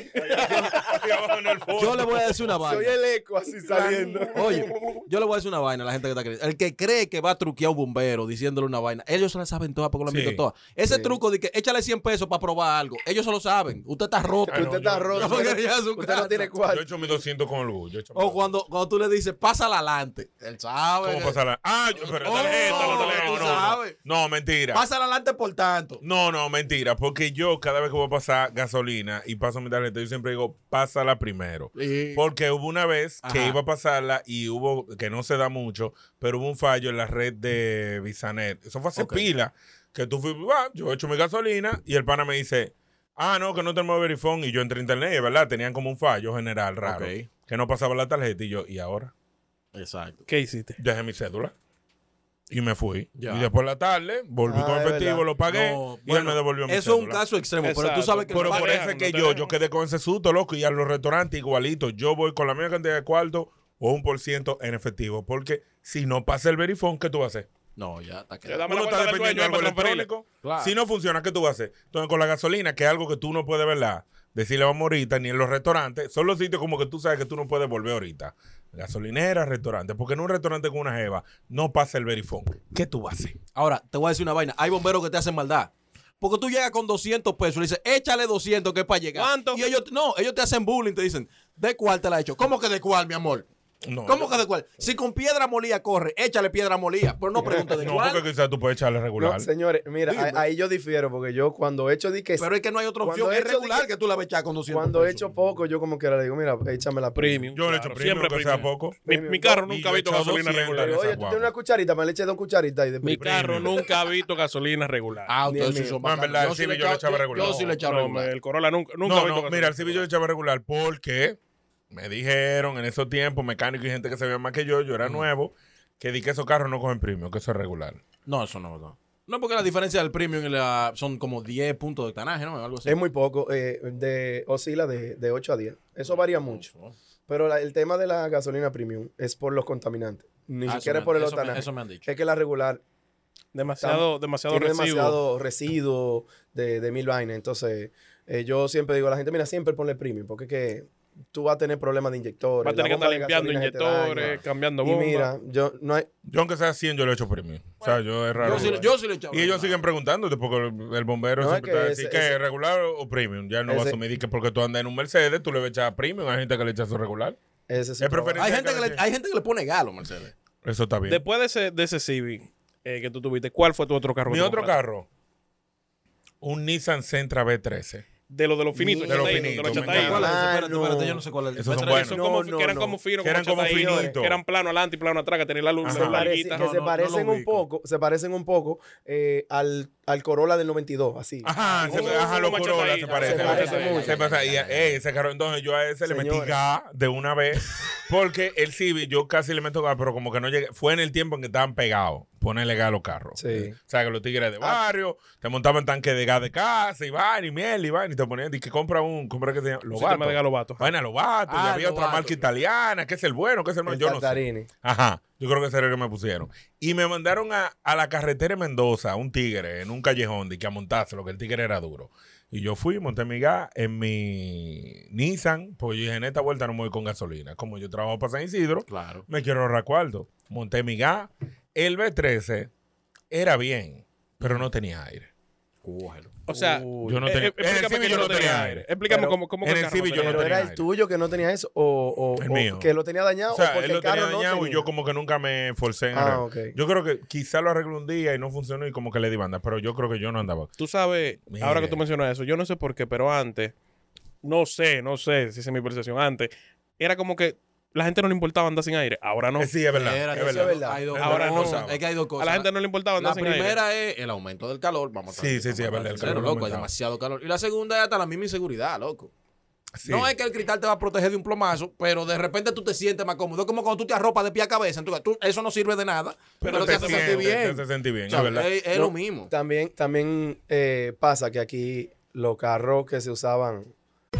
F: Yo le voy a decir una vaina.
C: Soy el eco así saliendo.
F: Oye, yo le voy a decir una vaina a la gente que está creyendo. El que cree que va a truquear a un bombero diciéndole una vaina, ellos se la saben todas porque lo han
C: Sí.
F: visto todas. Ese
C: Sí.
F: truco de que échale 100 pesos para probar algo, ellos se lo saben. Usted está roto.
C: Usted está roto.
F: No, porque ya es un
C: Usted no
F: caso.
C: tiene cuarto.
A: Yo he hecho mis 200 con orgullo. Yo he hecho
F: O cuando, cuando tú le dices, pásala adelante. Él sabe.
A: ¿Cómo
F: que-
A: pasará? Ah, yo, pero
F: Oh,
A: tarjeta, la tarjeta.
F: tú
A: No, no,
F: sabes.
A: no, mentira.
F: Pásala adelante por tanto.
A: No, no, mentira. Porque yo cada vez que voy a pasar gasolina y paso mi tarjeta, yo siempre digo, pásala primero. Porque hubo una vez que
F: Ajá.
A: iba a pasarla y hubo, que no se da mucho, pero hubo un fallo en la red de Visanet. Eso fue hace pila. Que tú fui, va, yo echo mi gasolina y el pana me dice, ah, no, que no tenemos verifón. Y yo entré a internet, y es ¿verdad? Tenían como un fallo general raro.
F: Ok.
A: Que no pasaba la tarjeta y yo, ¿y ahora?
F: Exacto.
B: ¿Qué hiciste?
A: Dejé mi cédula. Y me fui.
F: Ya.
A: Y después de la tarde volví
F: Ah,
A: con
F: es
A: efectivo,
F: verdad.
A: lo pagué
F: No,
A: y él
F: bueno,
A: me devolvió mi
F: eso es un
A: cédula.
F: caso extremo, pero tú Exacto. sabes que
A: Pero
F: no
A: por
F: te
A: eso
F: dejan,
A: es que
F: no te
A: yo,
F: dejan.
A: yo quedé con ese susto, loco, y a los restaurantes igualito. Yo voy con la misma cantidad de cuarto o un por ciento en efectivo. Porque si no pasa el verifón, ¿qué tú vas a hacer?
F: No, ya está
B: Ya,
F: quedado.
B: dame la
A: Uno
B: cuenta
A: está
B: del
A: dependiendo
B: dueño
A: de algo
B: para transferirle.
A: electrónico.
B: Claro.
A: Si no funciona, ¿qué tú vas a hacer? Entonces, con la gasolina, que es algo que tú no puedes, ¿verdad? Decirle vamos ahorita, ni en los restaurantes. Son los sitios como que tú sabes que tú no puedes volver ahorita. Gasolinera, restaurante. Porque en un restaurante con una jeva no pasa el verifón. ¿Qué tú vas a hacer?
F: Ahora, te voy a decir una vaina. Hay bomberos que te hacen maldad. Porque tú llegas con 200 pesos y le dices, échale 200 que es para llegar. ¿Cuánto? Y ellos, no, ellos te hacen bullying, te dicen, ¿de cuál te la he hecho? ¿Cómo que de cuál, mi amor?
A: No,
F: ¿Cómo que de cuál? Si con piedra molía corre, échale piedra molía. Pero no preguntes de
A: No,
F: cuál.
A: porque quizás tú puedes echarle regular.
C: No, señores, mira,
F: Dime.
C: ahí, ahí yo difiero porque yo cuando he hecho di que
F: pues. Pero es que no hay otra
C: cuando
F: opción.
C: he
F: Es
C: hecho di
F: regular que tú la echas con 200
C: Cuando he
F: pesos.
C: hecho poco, yo como que le digo, mira, échame la
B: Premium.
A: Yo le he hecho premium,
B: siempre
A: aunque sea
B: premium.
A: poco.
B: Mi, mi carro nunca ha
A: yo he
B: visto
A: echado
B: gasolina
A: 200
B: regular.
A: en
C: Oye,
A: esa
C: tú
A: guagua.
C: tienes una cucharita, me le eché dos cucharitas y de
B: Mi carro nunca ha visto gasolina regular.
F: Ah,
C: usted Dios sí mío. son
A: No, en verdad, el Civic yo le echaba regular.
B: No, me- el Corolla nunca, nunca ha
A: no,
B: visto
A: no,
B: gasolina.
A: mira, el Civic yo le echaba regular porque me dijeron en esos tiempos, mecánicos y gente que se veía más que yo, yo era
F: Mm.
A: nuevo, que di que esos carros no cogen premium, que eso es regular.
F: No, eso no, no. No, porque la diferencia del premium y la, son como 10 puntos de tanaje, ¿no? Algo así.
C: Es muy poco, eh, de, oscila de, de 8 a 10. Eso varía mucho. Pero la- el tema de la gasolina premium es por los contaminantes, ni
F: Ah, eso
C: siquiera
F: me-
C: es por el
F: eso me-
C: otanaje.
F: eso me han dicho.
C: Es que la regular
B: Demasiado,
C: Tam-
B: demasiado
C: tiene
B: residuo.
C: demasiado residuo de, de mil vainas. Entonces, eh, yo siempre digo a la gente, mira, siempre ponle premium, porque es que tú vas a tener problemas de inyectores.
B: Va a tener
C: la
B: que
C: bomba
B: estar limpiando
C: de gasolina se te
B: inyectores,
C: daña.
B: cambiando
C: Y
B: bombas.
C: mira, yo no hay...
A: Yo aunque sea 100, yo le echo premium. O sea, yo es raro.
F: yo sí le- yo sí le echaba
A: Y ellos
F: regular.
A: siguen preguntándote porque el el bombero
C: No, es
A: siempre
C: que
A: te va a decir
C: ese-
A: que
C: ese-
A: regular o premium. Ya no va a
C: ese-
A: asumir que porque tú andas en un Mercedes, tú le vas a echar premium. Hay gente que le echa su regular.
C: Ese sí
A: Es
C: trabaja.
A: preferencia
F: Hay
A: de
F: gente, que
A: cada
F: le, hay gente que le pone galo, Mercedes.
A: quien. Eso está bien.
B: Después de ese, de ese Civic eh, que tú tuviste, ¿cuál fue tu otro carro? que
A: Mi
B: tú
A: otro
B: compraste?
A: carro, un Nissan Sentra B13.
B: De lo de los finitos.
A: De los
B: chataditos,
A: finitos,
B: los
A: me
B: chataditos.
A: encanta.
F: Espérate, espérate, yo no sé cuál es.
A: Esos son
B: Pero
A: buenos.
B: son como-
C: No,
B: que eran
C: no,
B: como finos,
A: Que eran como
B: chataditos,
A: finitos.
B: Que eran plano adelante y plano atrás, que tenían la luz.
A: Ajá.
B: la
C: se parece-
B: larguita.
C: que se parecen un poco, se parecen un poco eh, al, al Corolla del 92, así.
A: Ajá, se,
B: Oh,
A: ajá,
B: son
A: los
B: como
A: Corolla se
B: chataditos,
A: parece.
C: se parece mucho.
A: Se pasa, y, eh, ese carro, entonces yo a ese le metí
C: Señores.
A: gas de una vez, porque el Civic yo casi le meto gas, pero como que no llegué. Fue en el tiempo en que estaban pegados, ponerle gas a los carros.
C: Sí.
A: O sea, que los tigres de barrio te montaban tanque de gas de casa, y van, y miel, y van, y te ponían, y que compra un, compra que se llama,
B: Sistema de gas
A: Lobato.
B: Lobato.
A: Vaina Lobato, y
F: Ah,
A: había otra
F: Lobato.
A: marca italiana, que es el bueno, que es el malo,
C: El
A: yo no sé.
C: Tartarini.
A: Ajá, yo creo que ese era el que me pusieron. Y me mandaron a, a la carretera de Mendoza, un tigre, en un callejón, de que a montarse, lo que el tigre era duro. Y yo fui, monté mi gas en mi Nissan, porque yo dije, en esta vuelta no me voy con gasolina. Como yo trabajo para San Isidro,
F: Claro.
A: me quiero ahorrar cuarto. Monté mi gas. El B13 era bien, pero no tenía aire.
F: Cógelo.
B: O sea,
A: Yo no
B: eh,
A: tenía-
B: eh,
A: en el
B: explícame
A: Civic
B: que
A: yo no tenía
B: aire.
A: aire.
B: Explícame
C: Pero
B: cómo, cómo
A: en
B: que
A: el
B: carro
A: Civic yo
B: tenía
C: Pero
A: no
B: aire.
C: era el
A: aire.
C: tuyo que no tenía eso o, o-
A: El
C: o
A: mío.
C: que lo tenía dañado
A: O
C: o,
A: sea,
C: porque
A: él lo
C: el carro
A: tenía
C: no
A: dañado
C: tenía.
A: y yo como que nunca me esforcé en
C: Ah,
A: arreglar.
C: ok.
A: Yo creo que quizá lo arreglé un día y no funcionó y como que le di banda, pero yo creo que yo no andaba.
B: Tú sabes,
A: Mire.
B: ahora que tú mencionas eso, yo no sé por qué, pero antes, no sé, no sé si esa es mi percepción, antes, era como que la gente no le importaba andar sin aire. Ahora no.
A: Eh, Sí, es verdad.
B: Ahora
A: es verdad.
B: Ahora no.
F: Es que hay dos cosas.
B: A la gente no le importaba andar
F: La
B: sin aire.
F: primera es el aumento del calor. Vamos a
A: Sí, sí, sí, es verdad, el
F: Cero,
A: calor
F: loco, hay
A: aumentado.
F: demasiado calor. Y la segunda es hasta la misma inseguridad, loco.
A: Sí.
F: No es que el cristal te va a proteger de un plomazo, pero de repente tú te sientes más cómodo. Es como cuando tú te arropas de pie a cabeza. en tu ca- tú- eso no sirve de nada, pero, te, hace sentir bien.
A: Te hace sentir bien,
F: O sea,
A: es verdad.
F: es- es
C: No,
F: lo mismo.
C: También, también eh, pasa que aquí los carros que se usaban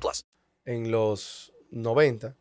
G: plus.
C: en los 90,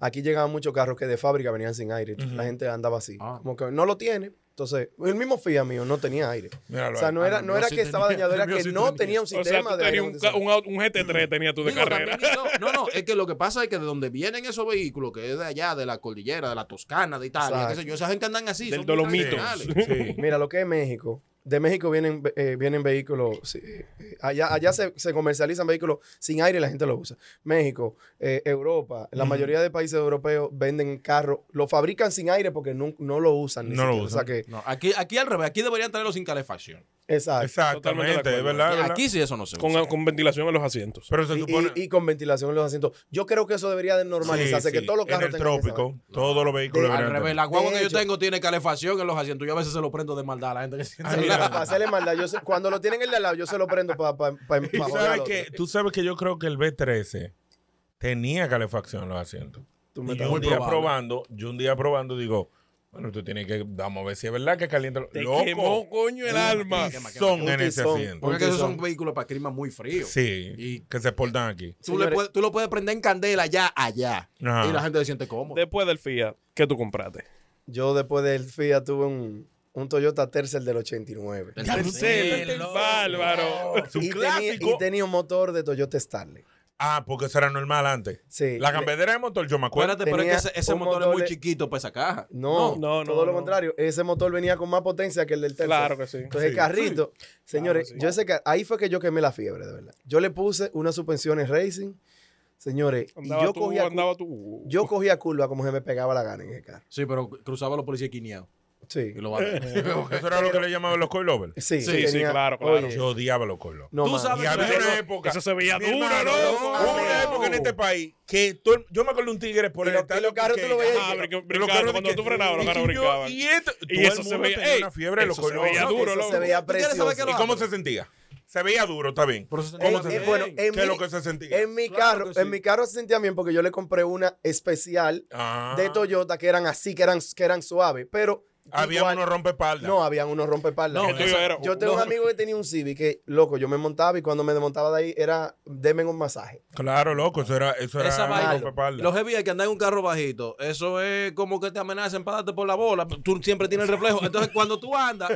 C: aquí llegaban muchos carros que de fábrica venían sin aire. La gente andaba así. Como que no lo tiene. Entonces, el mismo Fiat mío no tenía aire.
A: Míralo
C: o sea,
A: ahí.
C: no era,
A: Ah,
C: no
A: el
C: era
A: mío
C: que
A: sí
C: estaba
A: tenía,
C: dañado, era
A: el mío
C: que
A: sí
C: no
A: tenía.
C: tenía un
B: O sea,
C: sistema
B: tú
C: de aire
B: tenías un, ca- un, auto- un GT3 tenía tú de
F: Digo,
B: carrera.
F: también, no, no, no, es que lo que pasa es que de donde vienen esos vehículos, que es de allá, de la cordillera, de la Toscana, de Italia,
C: Exacto.
F: qué sé yo, esa gente andan así. son
B: Del
F: muy
B: Dolomito.
F: tradicionales.
C: Mira, lo que es México. De México vienen, eh, vienen vehículos. sí, eh, allá allá se, se comercializan vehículos sin aire y la gente los usa. México, eh, Europa, la
A: Ujú.
C: mayoría de países europeos venden carros, lo fabrican sin aire porque no, no lo usan. ni
A: No lo
C: siquiera. O sea
A: usan.
C: que-
F: No, aquí, aquí al revés, aquí deberían traerlo sin calefacción.
C: exacto.
A: Exactamente, es verdad. es verdad.
F: Aquí sí eso no se usa.
B: Con, con ventilación en los asientos.
A: Pero se
C: Y,
A: supone.
C: y- y con ventilación en los asientos. Yo creo que eso debería de normalizarse,
A: Sí,
C: que
A: sí,
C: todos los
A: en
C: carros
A: el
C: tengan esa
A: trópico,
C: vaina.
A: todos los
F: Al
A: vehículos. deberían
F: revés,
A: tener.
F: la guagua
C: De
F: que yo
C: hecho-
F: tengo tiene calefacción en los asientos. Yo a veces se lo prendo de maldad a la gente que siente.
C: Sí, para hacerle maldad. Yo se- cuando lo tienen el de al lado, yo se lo prendo para pa, pa- pa
A: ¿Tú
C: joder al
A: sabes,
C: otro.
A: que, tú sabes que yo creo que el B13 tenía calefacción en los asientos.
C: Tú me
A: Y
C: estás
A: yo un día
C: probando.
A: probando, yo un día probando digo, bueno, tú tienes que, vamos a ver si es verdad que calienta. lo-
B: Te
A: Loco,
B: quemó, coño, el alma.
A: son en ese
C: tizón,
A: asiento.
F: Porque esos son
C: Tizón.
F: vehículos para clima muy frío.
A: Sí, que se portan aquí.
F: Tú, le puedes- tú lo puedes prender en candela allá, allá.
A: Ajá.
F: Y la gente se siente cómoda.
B: Después del Fiat, ¿qué tú compraste?
C: Yo después del Fiat tuve un, un Toyota Tercel del 89.
B: Ya lo sé, el bárbaro.
A: un
C: Y tenía, y
A: clásico.
C: tenía un motor de Toyota Starlet.
A: Ah, porque eso era normal antes.
C: Sí.
A: La cambiadera de motor, yo me acuerdo.
F: Acuérdate, pero es que ese, ese
C: un
F: motor es
C: motor
F: muy
C: de-
F: chiquito para esa caja.
C: No,
B: No, no,
C: todo lo
B: no.
C: contrario. Ese motor venía con más potencia que el del Tercel.
B: Claro que sí. Sí.
C: Entonces el carrito, señores,
B: sí.
C: yo ese ca- ahí fue que yo quemé la fiebre, de verdad. Yo le puse unas suspensiones Racing, señores, y
B: Andaba
C: yo
B: tú,
C: cogía,
B: andaba tú.
C: yo cogía curva como se me pegaba la gana en el carro.
F: Sí, pero cruzaba los policías quineados.
C: Sí.
F: Y lo va a ver.
A: Eso era lo que le llamaban los coilovers.
C: Sí,
B: Sí, sí,
C: tenía-
B: claro, claro.
C: oye,
A: Yo odiaba los coilovers.
C: no,
F: Tú
C: man.
F: sabes
A: Y había
F: que
A: una
F: eso-
A: época.
B: Eso se veía
A: mi
B: duro,
A: hermano,
B: loco.
A: Hubo una época en este país que todo el- yo me acuerdo de un tigre por
C: Y
A: el
C: los- y
A: estadio
C: los carros tú
A: Quiqueya.
C: lo veías
B: Ah, brinca-
A: Los
B: brincando.
A: carros de
B: Cuando tú
A: Quiqueya.
B: frenabas, los
A: Y
B: carros
A: que yo-
B: brincaban.
A: Y esto,
B: Y
A: todo el
B: eso se
A: mundo
B: veía-
A: tenía
B: ey,
A: una fiebre de los
B: eso se
A: coilovers.
B: veía
A: No,
C: Eso
B: duro, loco.
C: se veía
F: ¿Tú quieres saber qué
C: precioso.
F: lo
A: ¿Y cómo se sentía? Se veía duro, está bien.
F: Pero eso se-
C: En-
F: ¿Cómo se
C: en-
F: ve?
C: Eh, bueno, en
A: ¿Qué es
C: mi,
A: lo que se sentía?
C: en mi
F: Claro
C: carro,
F: que
C: en
F: sí.
C: mi carro se sentía bien porque yo le compré una especial
A: Ah.
C: de Toyota que eran así, que eran, que eran suaves, pero
A: Había
C: igual-
A: uno rompeespaldas.
C: No, habían unos rompepalas.
B: No, El tuyo era-
C: yo tengo un amigo que tenía un Civic que, loco, yo me montaba y cuando me desmontaba de ahí era, deme un masaje.
A: Claro, loco, eso era, eso era
F: Esa vaina.
A: rompeespaldas.
F: Los heavy que andan en un carro bajito, eso es como que te amenazan para darte por la bola. Tú siempre tienes el reflejo. Entonces, cuando tú andas,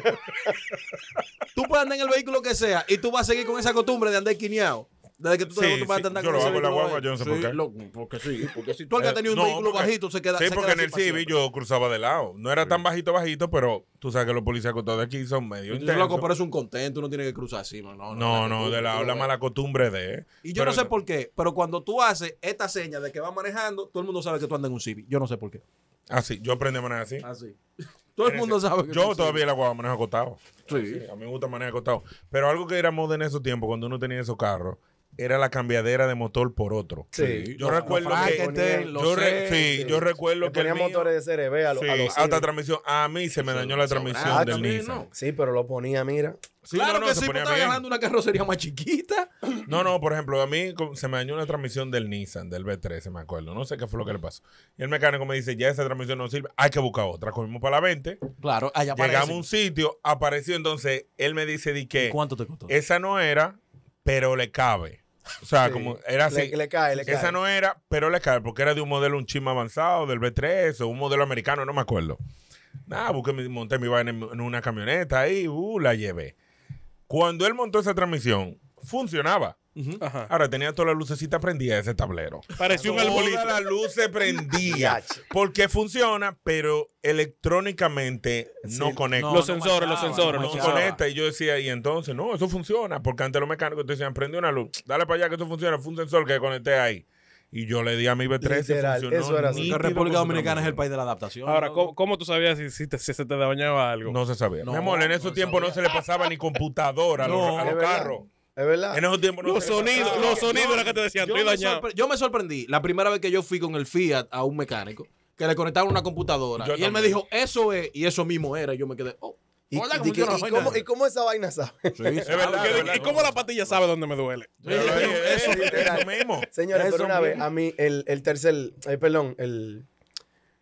F: tú puedes andar en el vehículo que sea y tú vas a seguir con esa costumbre de andar quineado. Desde que tú te
A: Sí,
F: acostumbras
A: sí,
F: a andar
A: yo
F: con
A: lo
F: ese
A: hago en la
F: vehículo
A: guagua,
F: bajito.
A: yo no sé por
F: Sí,
A: qué. Eh,
F: loco, porque sí, porque si tú has tenido un
A: No,
F: vehículo
A: porque-
F: bajito, se queda
A: Sí,
F: se
A: porque
F: queda
A: en el
F: así para
A: Civic
F: siempre.
A: yo cruzaba de lado. No era tan bajito, bajito, pero tú sabes que los policías con todo aquí son medio
F: Entonces, loco, pero
A: intensos.
F: es un contento, uno tiene que cruzar así, man. No,
A: No, no,
F: tú-
A: de
F: tú
A: lado,
F: lo
A: la
F: ves.
A: mala costumbre de...
F: Y yo no sé por qué, pero cuando tú haces esta seña de que vas manejando, todo el mundo sabe que tú andas en un Civic. Yo no sé por qué.
A: Así, yo aprendí a manejar así.
F: Así. Todo el mundo sabe que
A: Yo
F: tú-
A: todavía la guagua manejo acotado.
F: Sí.
A: A mí me gusta manejar acotado. Pero algo que era moda en esos tiempos, cuando uno tenía esos carros, era la cambiadera de motor por otro.
C: Sí.
A: Yo
C: Los-
A: recuerdo
C: los
A: que...
C: Frankenstein,
F: los
A: yo re-
F: seis,
A: sí, yo recuerdo
C: Le
A: que... el
C: ponían
A: mío-
C: motores de CRB a, los-
A: Sí,
C: a los
A: alta
C: Civic.
A: transmisión. A mí se me dañó la transmisión
C: Ah,
A: del
C: también,
A: Nissan.
F: ¿no?
C: Sí, pero lo ponía, mira.
F: claro
A: no, no,
F: que
A: se
F: sí, porque
A: ponía
F: estaba
A: bien.
F: ganando una carrocería más chiquita.
A: No, no, por ejemplo, a mí co- se me dañó una transmisión del Nissan, del B13, me acuerdo. No sé qué fue lo que le pasó. Y el mecánico me dice, ya esa transmisión no sirve, hay que buscar otra. Comimos para la 20,
F: Claro, allá
A: llegamos a un sitio, apareció. Entonces, él me dice, di que
F: ¿Cuánto te costó?
A: esa no era, pero le cabe. O sea,
C: Sí.
A: como era así.
C: Le- le cae, le
A: Esa
C: cae.
A: no era, pero le cae, porque era de un modelo un chisme avanzado, del B3 o un modelo americano, no me acuerdo. Nada, busqué, mi- monté mi vaina en, en una camioneta ahí, uh, la llevé. Cuando él montó esa transmisión, funcionaba. Ahora tenía todas las lucecitas prendidas ese tablero.
B: Pareció un
A: Todas
B: arbolito.
A: las luces prendidas. porque funciona, pero electrónicamente no
B: Sí,
A: conecta.
B: no, Los no sensores, marchaba, los sensores,
A: No,
B: no funcionaba.
A: conecta. Y yo decía, y entonces, no, eso funciona. Porque antes los mecánicos te decían, prende una luz, dale para allá que eso funciona. Fue un sensor que conecté ahí. Y yo le di a mi B13
F: Literal,
A: funcionó
F: eso era así.
A: nítido
F: Que República
A: como
F: Dominicana
A: una
F: es el país de la adaptación.
B: Ahora,
F: ¿no?
B: ¿cómo, cómo tú sabías si, si te- si se te dañaba algo?
A: No se sabía. Mi amor, en esos tiempos no se le pasaba ni computadora a los-
B: No,
A: a los,
B: es verdad.
A: carros.
C: Es verdad.
A: En esos tiempos no
B: Los
A: se le
B: sonidos,
A: pasaba.
B: los sonidos era que te decían,
F: Yo
B: estoy
F: me,
B: dañado.
F: sorpre- yo me sorprendí la primera vez que yo fui con el Fiat a un mecánico que le conectaron una computadora.
C: Yo
F: y él me
C: también.
F: dijo, eso es, y eso mismo era. Y yo me quedé, oh,
C: Y,
F: ¿verdad que
C: di que-
F: funciona la
C: y
F: vaina?
C: cómo, ¿Y cómo esa vaina sabe?
F: Sí, sí.
B: Es verdad, yo dije, ¿Y cómo la patilla sabe dónde me duele?
C: Eso, literal. Señores,
B: Eso
C: pero una vez,
B: mismo.
C: a mí, el, el tercer, eh, perdón, el,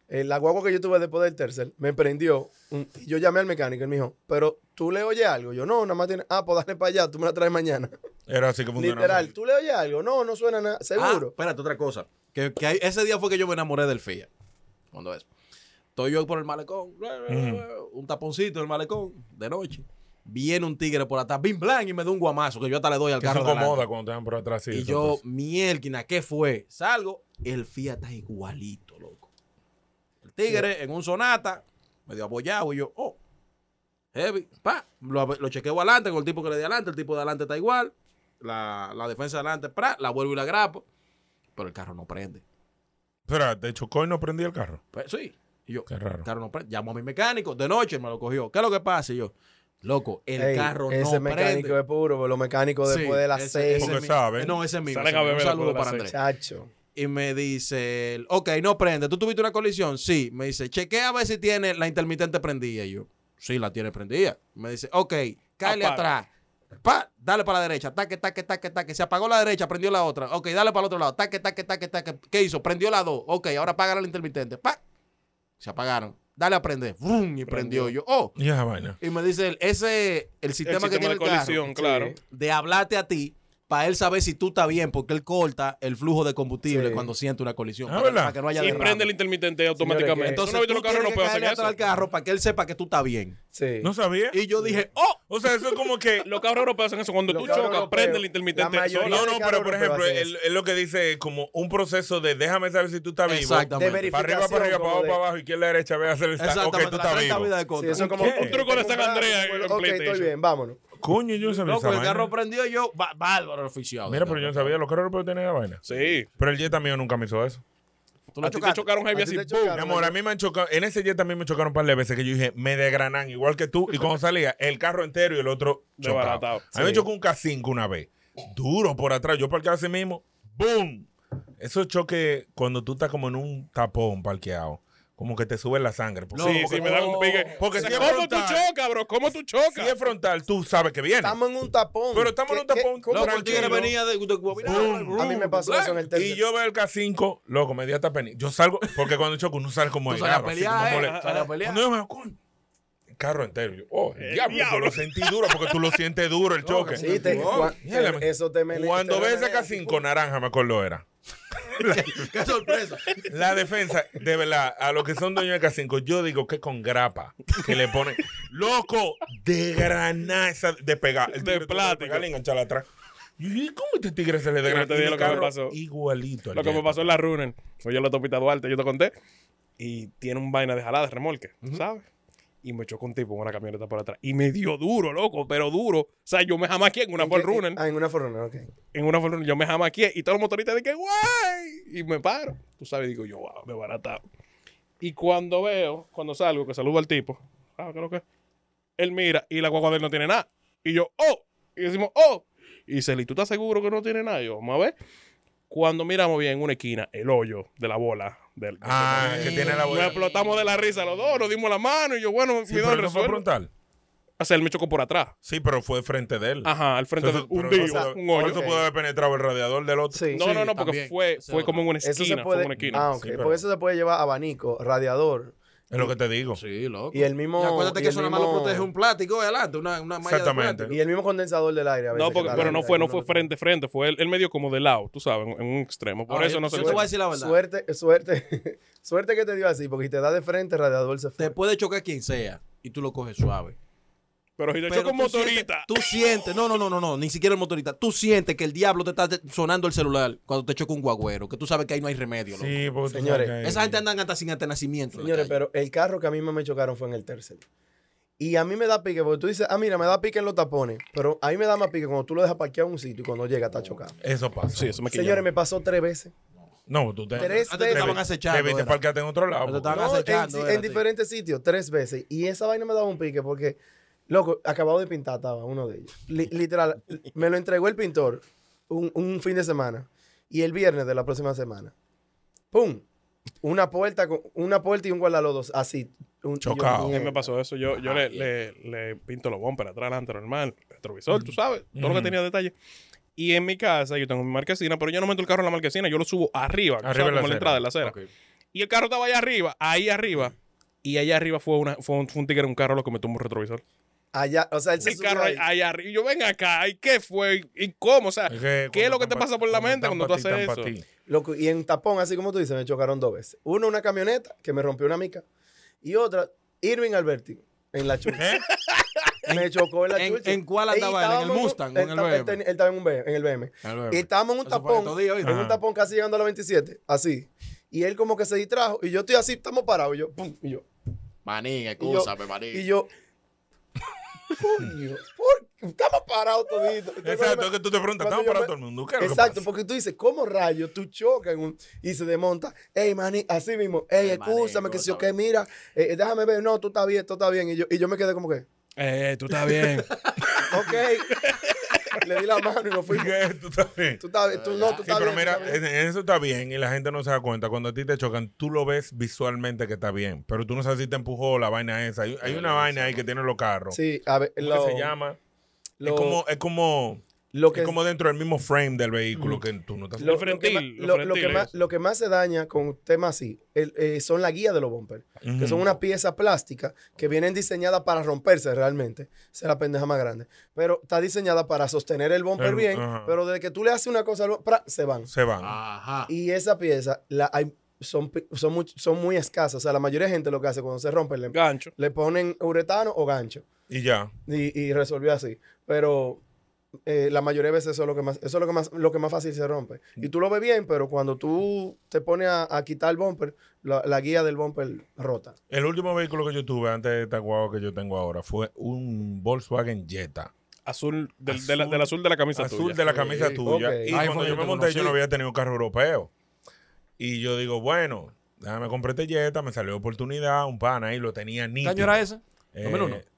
C: el, la guagua que yo tuve después del tercer, me prendió. mm, y Yo llamé al mecánico, él me dijo, pero tú le oyes algo. Yo, no, nada más tiene, ah, pues dale para allá, tú me la traes mañana.
A: Era así que funcionaba.
C: Literal, tú le oyes algo. No, no suena nada,
F: Ah,
B: pues,
C: seguro.
F: espérate, otra cosa. Que, que ahí- ese día fue que yo me enamoré del Fiat. Cuando es. Estoy yo por el malecón, bla, bla, bla, bla, un taponcito del malecón, de noche. Viene un tigre por atrás, bim, blan, y me da un guamazo que yo hasta le doy al
A: Que se
F: carro. de adelante.
A: incomoda cuando te dan por atrás. sí,
F: y
A: eso
F: yo,
A: pasa.
F: mielquina, ¿qué fue? Salgo, el Fiat está igualito, loco. El tigre en un sonata, medio abollado, y yo, oh, heavy, pa, lo, ab- lo chequeo adelante con el tipo que le di adelante, el tipo de adelante está igual, la, la defensa de adelante, pra, la vuelvo y la grapo, pero el carro no prende.
A: Espera, te chocó y no prendí el carro.
F: Pues, sí, y yo,
A: Qué raro.
F: el carro no prende. Llamo a mi mecánico, de noche me lo cogió, ¿qué es lo que pasa? Y yo, loco, el
C: Ey,
F: carro
C: Ese
F: no
C: mecánico
F: prende.
C: es puro, pero los mecánicos
F: Sí,
C: después de las
F: ese-
C: seis.
F: ese Porque mi- saben. no, ese mismo, Salen ese a mismo. beber Un saludo después de para las seis.
C: Chacho.
F: Y me dice, él, ok, no prende. ¿Tú tuviste una colisión? Sí. Me dice, chequea a ver si tiene la intermitente prendida. Y yo, sí, la tiene prendida. Me dice, ok, cáele
H: Apaga.
F: atrás. Pa, dale para la derecha. Taque, taque, taque, taque. Se apagó la derecha, prendió la otra. Ok, dale para el otro lado. Taque, taque, taque, taque. ¿Qué hizo? Prendió la dos. Ok, ahora apaga la intermitente. Pa. Se apagaron. Dale a prender. Vrum, y prendió. Yo, oh.
A: Y esa vaina.
F: Y me dice él, ese el sistema,
B: sistema
F: que tiene el
B: de
F: carro,
B: colisión, claro.
F: sí, de hablarte a ti para él saber si tú estás bien, porque él corta el flujo de combustible cuando siente una colisión.
B: Ah,
F: para,
B: ¿verdad?
F: para que no haya
B: y
F: derrame.
B: prende el intermitente automáticamente.
F: Entonces, tú
B: Entonces, no, los carros
F: tienes
B: no
F: que
B: pueden hacer
F: caerle atrás
B: eso.
F: al carro para que él sepa que tú estás bien.
C: Sí.
A: No sabía.
F: Y yo dije, ¡oh!
A: O sea, eso es como que.
B: Los carros europeos hacen eso. Cuando
A: Los
B: tú
A: carros
B: chocas,
A: europeos,
B: prende el
A: la
B: intermitente.
A: mayoría
B: solo.
A: No, no, pero por ejemplo,
B: el-
A: él- él lo que dice es como un proceso de déjame saber si tú estás vivo.
F: Exactamente. De
A: Para arriba,
F: verificación,
A: para arriba,
F: como
A: para abajo,
F: de-
A: para abajo, izquierda, derecha, ve a hacer el stand. Ok,
F: Exactamente,
A: tú
F: la
A: estás
F: tanta
A: vivo.
F: vida de contra.
C: Sí, eso es como-
A: ¿Qué?
C: Un truco de San Andreas en Ok, estoy PlayStation. bien, vámonos.
A: Coño, yo no sabía
F: Loco,
A: esa
F: el
A: vaina.
F: carro prendió y yo, bá- bárbaro, oficial.
A: Mira, pero yo no sabía, los carros europeos tenían la vaina.
B: Sí.
A: Pero el Jetta mío nunca me hizo eso.
F: ¿Tú no
B: a ti te
F: chocaste?
B: chocaron heavy
F: ¿A ti
B: así.
F: te
B: ¡pum!
A: Mi amor, a mí me han chocado. En ese jet también me chocaron un par de veces que yo dije, me desgranan igual que tú. Y cuando salía, el carro entero y el otro chocado.
B: Desbaratado.
A: A mí me
B: Sí.
A: chocó un K5 una vez. Duro por atrás. Yo parqueaba así mismo. ¡Boom! Esos choques, cuando tú estás como en un tapón parqueado, como que te sube la sangre. Porque-
B: Sí, sí, me dan un pique.
A: Porque
B: O sea,
A: si es
B: ¿Cómo tú
A: frontal,
B: chocas, bro? ¿Cómo tú
A: si
B: chocas?
A: es frontal, tú sabes que viene.
C: Estamos en un tapón.
A: Pero estamos en un
C: ¿Qué- qué-
A: tapón.
C: cómo-
A: tranquilo.
F: de,
C: A mí me pasó eso en el tercer.
A: Y yo veo el K5, loco, me di hasta peni. Yo salgo, porque cuando choco, uno sale como
F: Tú
A: el
F: sales a pelear, eh, sales a pelear.
A: No, me coño. El carro entero. Yo, oh, el
F: El
A: diablo, yo
F: diablo.
A: lo sentí duro porque tú lo sientes duro el choque.
C: Sí, te-
A: Oh,
C: cua-
A: mírame.
C: te- eso te menea.
A: Cuando ves ese K5 naranja, me acuerdo era.
F: ¡Qué sorpresa!
A: La defensa, de verdad, a los que son dueños de K5, yo digo que con grapa que le ponen, loco, de granada esa de pegar. El de plástico. Pegarle y engancharla atrás. Y yo, ¿y ¿Cómo este tigre se le
B: Yo
A: desgrana?
B: te
A: Y
B: dije
A: el
B: lo que me
A: carro
B: pasó.
A: Igualito. al
B: Lo que me
A: Jetta.
B: pasó en la Runen. Fue yo en la autopista Duarte, yo te conté. Y tiene un vaina de jalada de remolque, ¿sabes? Y me chocó un tipo con una camioneta por atrás. Y me dio duro, loco, pero duro. O sea, yo me jamaqué en una Ford Runner.
C: Ah, en una forruna, ok.
B: En una Ford Runner yo me jamaqué. Y todos los motoristas de que, ¡guay! Y me paro. Tú sabes, digo yo, wow, me baratado. Y cuando veo, cuando salgo, que saludo al tipo, ¿sabes qué es lo que es? Él mira y la guagua de él no tiene nada. Y yo, ¡oh! Y decimos, ¡oh! Y dice, ¿y tú estás seguro que no tiene nada? Y yo, vamos a ver. Cuando miramos bien en una esquina, el hoyo de la bola. Del,
A: Ah, que tiene la bola.
B: Nos explotamos de la risa los dos, nos dimos la mano y yo, bueno,
A: Sí,
B: mi don
A: pero no fue
B: resuelve.
A: frontal.
B: O sea, él me chocó por atrás.
A: Sí, pero fue frente de él.
B: Ajá, al frente
A: Entonces,
B: de un
A: pero
B: día,
A: eso-
B: un hoyo.
A: Por eso pudo haber penetrado el radiador del otro.
C: Sí.
B: No, no, no, porque fue, fue como en una
C: Eso se
B: esquina. fue
C: puede-
B: en una esquina.
C: Ah, ok. Porque eso se puede llevar abanico, radiador.
A: Es lo que te digo.
F: Sí, loco.
C: Y el mismo.
F: Y acuérdate
C: y
F: que
C: el
F: eso nada más lo
C: mismo-
F: protege un plástico de adelante, una, una malla de plástico.
C: Y el mismo condensador del aire. A veces
B: No,
C: que
B: porque,
C: está
B: pero no
C: adelante,
B: fue,
C: ahí
B: no
C: uno
B: fue
C: lo-
B: frente, frente. Fue él, él medio como de lado, tú sabes, en, en un extremo. Por
F: Ahora,
B: eso
F: yo-
B: no se
F: Ah, yo
B: puede.
F: te voy a decir la verdad.
C: Suerte, suerte, suerte que te dio así, porque si te da de frente, el radiador se fue.
F: Te puede chocar quien sea y tú lo coges suave.
B: Pero si lo echó
F: Pero
B: con
F: tú
B: motorita.
F: sientes- tú sientes, no, no, no, no, no, ni siquiera el motorista. Tú sientes que el diablo te está de- sonando el celular cuando te choca un guagüero, que tú sabes que ahí no hay remedio. loco.
A: Sí, porque tú
C: Señores, sabes que hay-
F: esa gente andan hasta sin antenacimiento. en la
C: Señores, pero el carro que a mí más me chocaron fue en el tercer. Y a mí me da pique, porque tú dices, ah, mira, me da pique en los tapones. Pero a mí me da más pique cuando tú lo dejas parqueado en un sitio y cuando llega está chocado.
A: Eso pasa. Sí, eso
C: Señores, me pasó tres veces.
A: No, tú te.
C: Tres
A: te-
C: veces.
A: te- Debiste parquearte en otro lado.
C: No, en-
A: porque-
C: en, diferentes sitios, tres veces. Y esa vaina me daba un pique porque, loco, acabado de pintar estaba uno de ellos. Li- literal, me lo entregó el pintor un, un fin de semana y el viernes de la próxima semana. ¡Pum! Una puerta, con, una puerta y un guardalodos así. Un,
B: A
C: yo-
B: mí me pasó eso. Yo,
A: Ah,
B: yo le, le- le pinto los bumpers atrás, adelante, normal. Retrovisor, tú sabes. Todo lo que
A: Ujú.
B: tenía detalle. Y en mi casa, yo tengo mi marquesina, pero yo no meto el carro en la marquesina. Yo lo subo arriba. tú
A: Arriba
B: sabes, como
A: de la
B: en la
A: acera.
B: entrada de la acera. Y el carro estaba allá arriba, ahí arriba. Y allá arriba fue, una, fue, un, fue un tigre, en un carro lo que me tumbó un retrovisor.
C: Allá, o sea, él se
B: El
C: subió
B: carro
C: ahí.
B: ahí- allá arriba. Y yo, ven acá, ¿y qué fue? ¿Y cómo? O sea, ¿qué es lo que te pasa por la mente cuando tú haces eso?
C: Loco, y en tapón, así como tú dices, me chocaron dos veces. Uno, una camioneta que me rompió una mica. Y otra, Irving Alberti, en la chulcha. me chocó en la
F: ¿Eh? ¿En-
C: chulcha.
F: en cuál andaba él? ¿En el
C: estábamos
F: Mustang o en
C: él
F: el
C: ta- Él,
F: BM?
C: ten- él estaba en un BM, en el BM.
F: En el BM.
C: Y estábamos en un
F: Eso fue
C: tapón,
F: estos días, ¿viste?
C: en un
F: Ajá.
C: tapón casi llegando a la 27, así. Y él como que se distrajo, y yo estoy así, estamos parados, y yo, pum, y yo.
E: Manín,
C: Y yo,
E: excúsame, manín.
C: y yo coño, ¿por qué? estamos parados toditos.
A: Exacto, es que tú te preguntas,
C: Cuando
A: ¿estamos
C: yo
A: parados
C: me-
A: todo el mundo? ¿Qué es lo que
C: Exacto, porque tú dices, ¿cómo rayos tú chocas en un- y se desmonta? Ey, maní, así mismo, ey, escúchame, que si yo que mira, eh, eh, déjame ver, no, tú estás bien, tú estás bien. Y yo, y yo me quedé como que,
B: Eh, tú estás bien.
C: ok. Le di la mano y nos fuimos.
A: tú estás bien.
C: Tú estás bien, tú no, tú
A: Sí,
C: estás
A: pero
C: bien,
A: mira, eh,
C: tú estás bien.
A: en- en eso está bien y la gente no se da cuenta. Cuando a ti te chocan, tú lo ves visualmente que está bien, pero tú no sabes si te empujó la vaina esa. Hay, hay una vaina ahí que tiene los carros.
C: Sí, a ver,
A: ¿Cómo
C: lo-
A: que se llama?
C: lo-
A: es como, es como,
C: lo
A: lo
C: que
A: que
C: es-
A: como dentro del mismo frame del vehículo que tú no estás.
C: Lo, lo que más, lo- lo que más- lo que más se daña con un tema así el- eh, son las guías de los bumpers, que
A: Ujú.
C: son una pieza plástica que vienen diseñadas para romperse realmente. Esa es la pendeja más grande. Pero está diseñada para sostener el bumper
A: El-
C: bien,
A: ajá.
C: pero desde que tú le haces una cosa, al bu- pra, se van.
A: Se van.
C: Ah. Y esa pieza la hay- son, pi- son, muy, son muy escasas. O sea, la mayoría de gente lo que hace cuando se rompen le,
B: gancho.
C: le ponen uretano o gancho.
A: Y ya.
C: Y, y resolvió así. Pero eh, la mayoría de veces eso es lo que más, eso es lo que más, lo que más fácil se rompe. Y tú lo ves bien, pero cuando tú te pones a, a quitar el bumper, la, la guía del bumper rota.
A: El último vehículo que yo tuve antes de esta guagua que yo tengo ahora fue un Volkswagen Jetta.
B: Azul, del, de la- del azul de la camisa
A: azul
B: tuya.
A: de la camisa
B: Sí.
A: tuya.
B: Ok. Ahí
A: Y cuando
B: fue
A: yo
B: que
A: me
B: te
A: monté, yo
B: conocí.
A: no había tenido carro europeo. Y yo digo, bueno, déjame compré este Jetta, me salió oportunidad, un pana ahí lo tenía Eh, ni.
F: año era ese?
A: 2001.
F: 2001.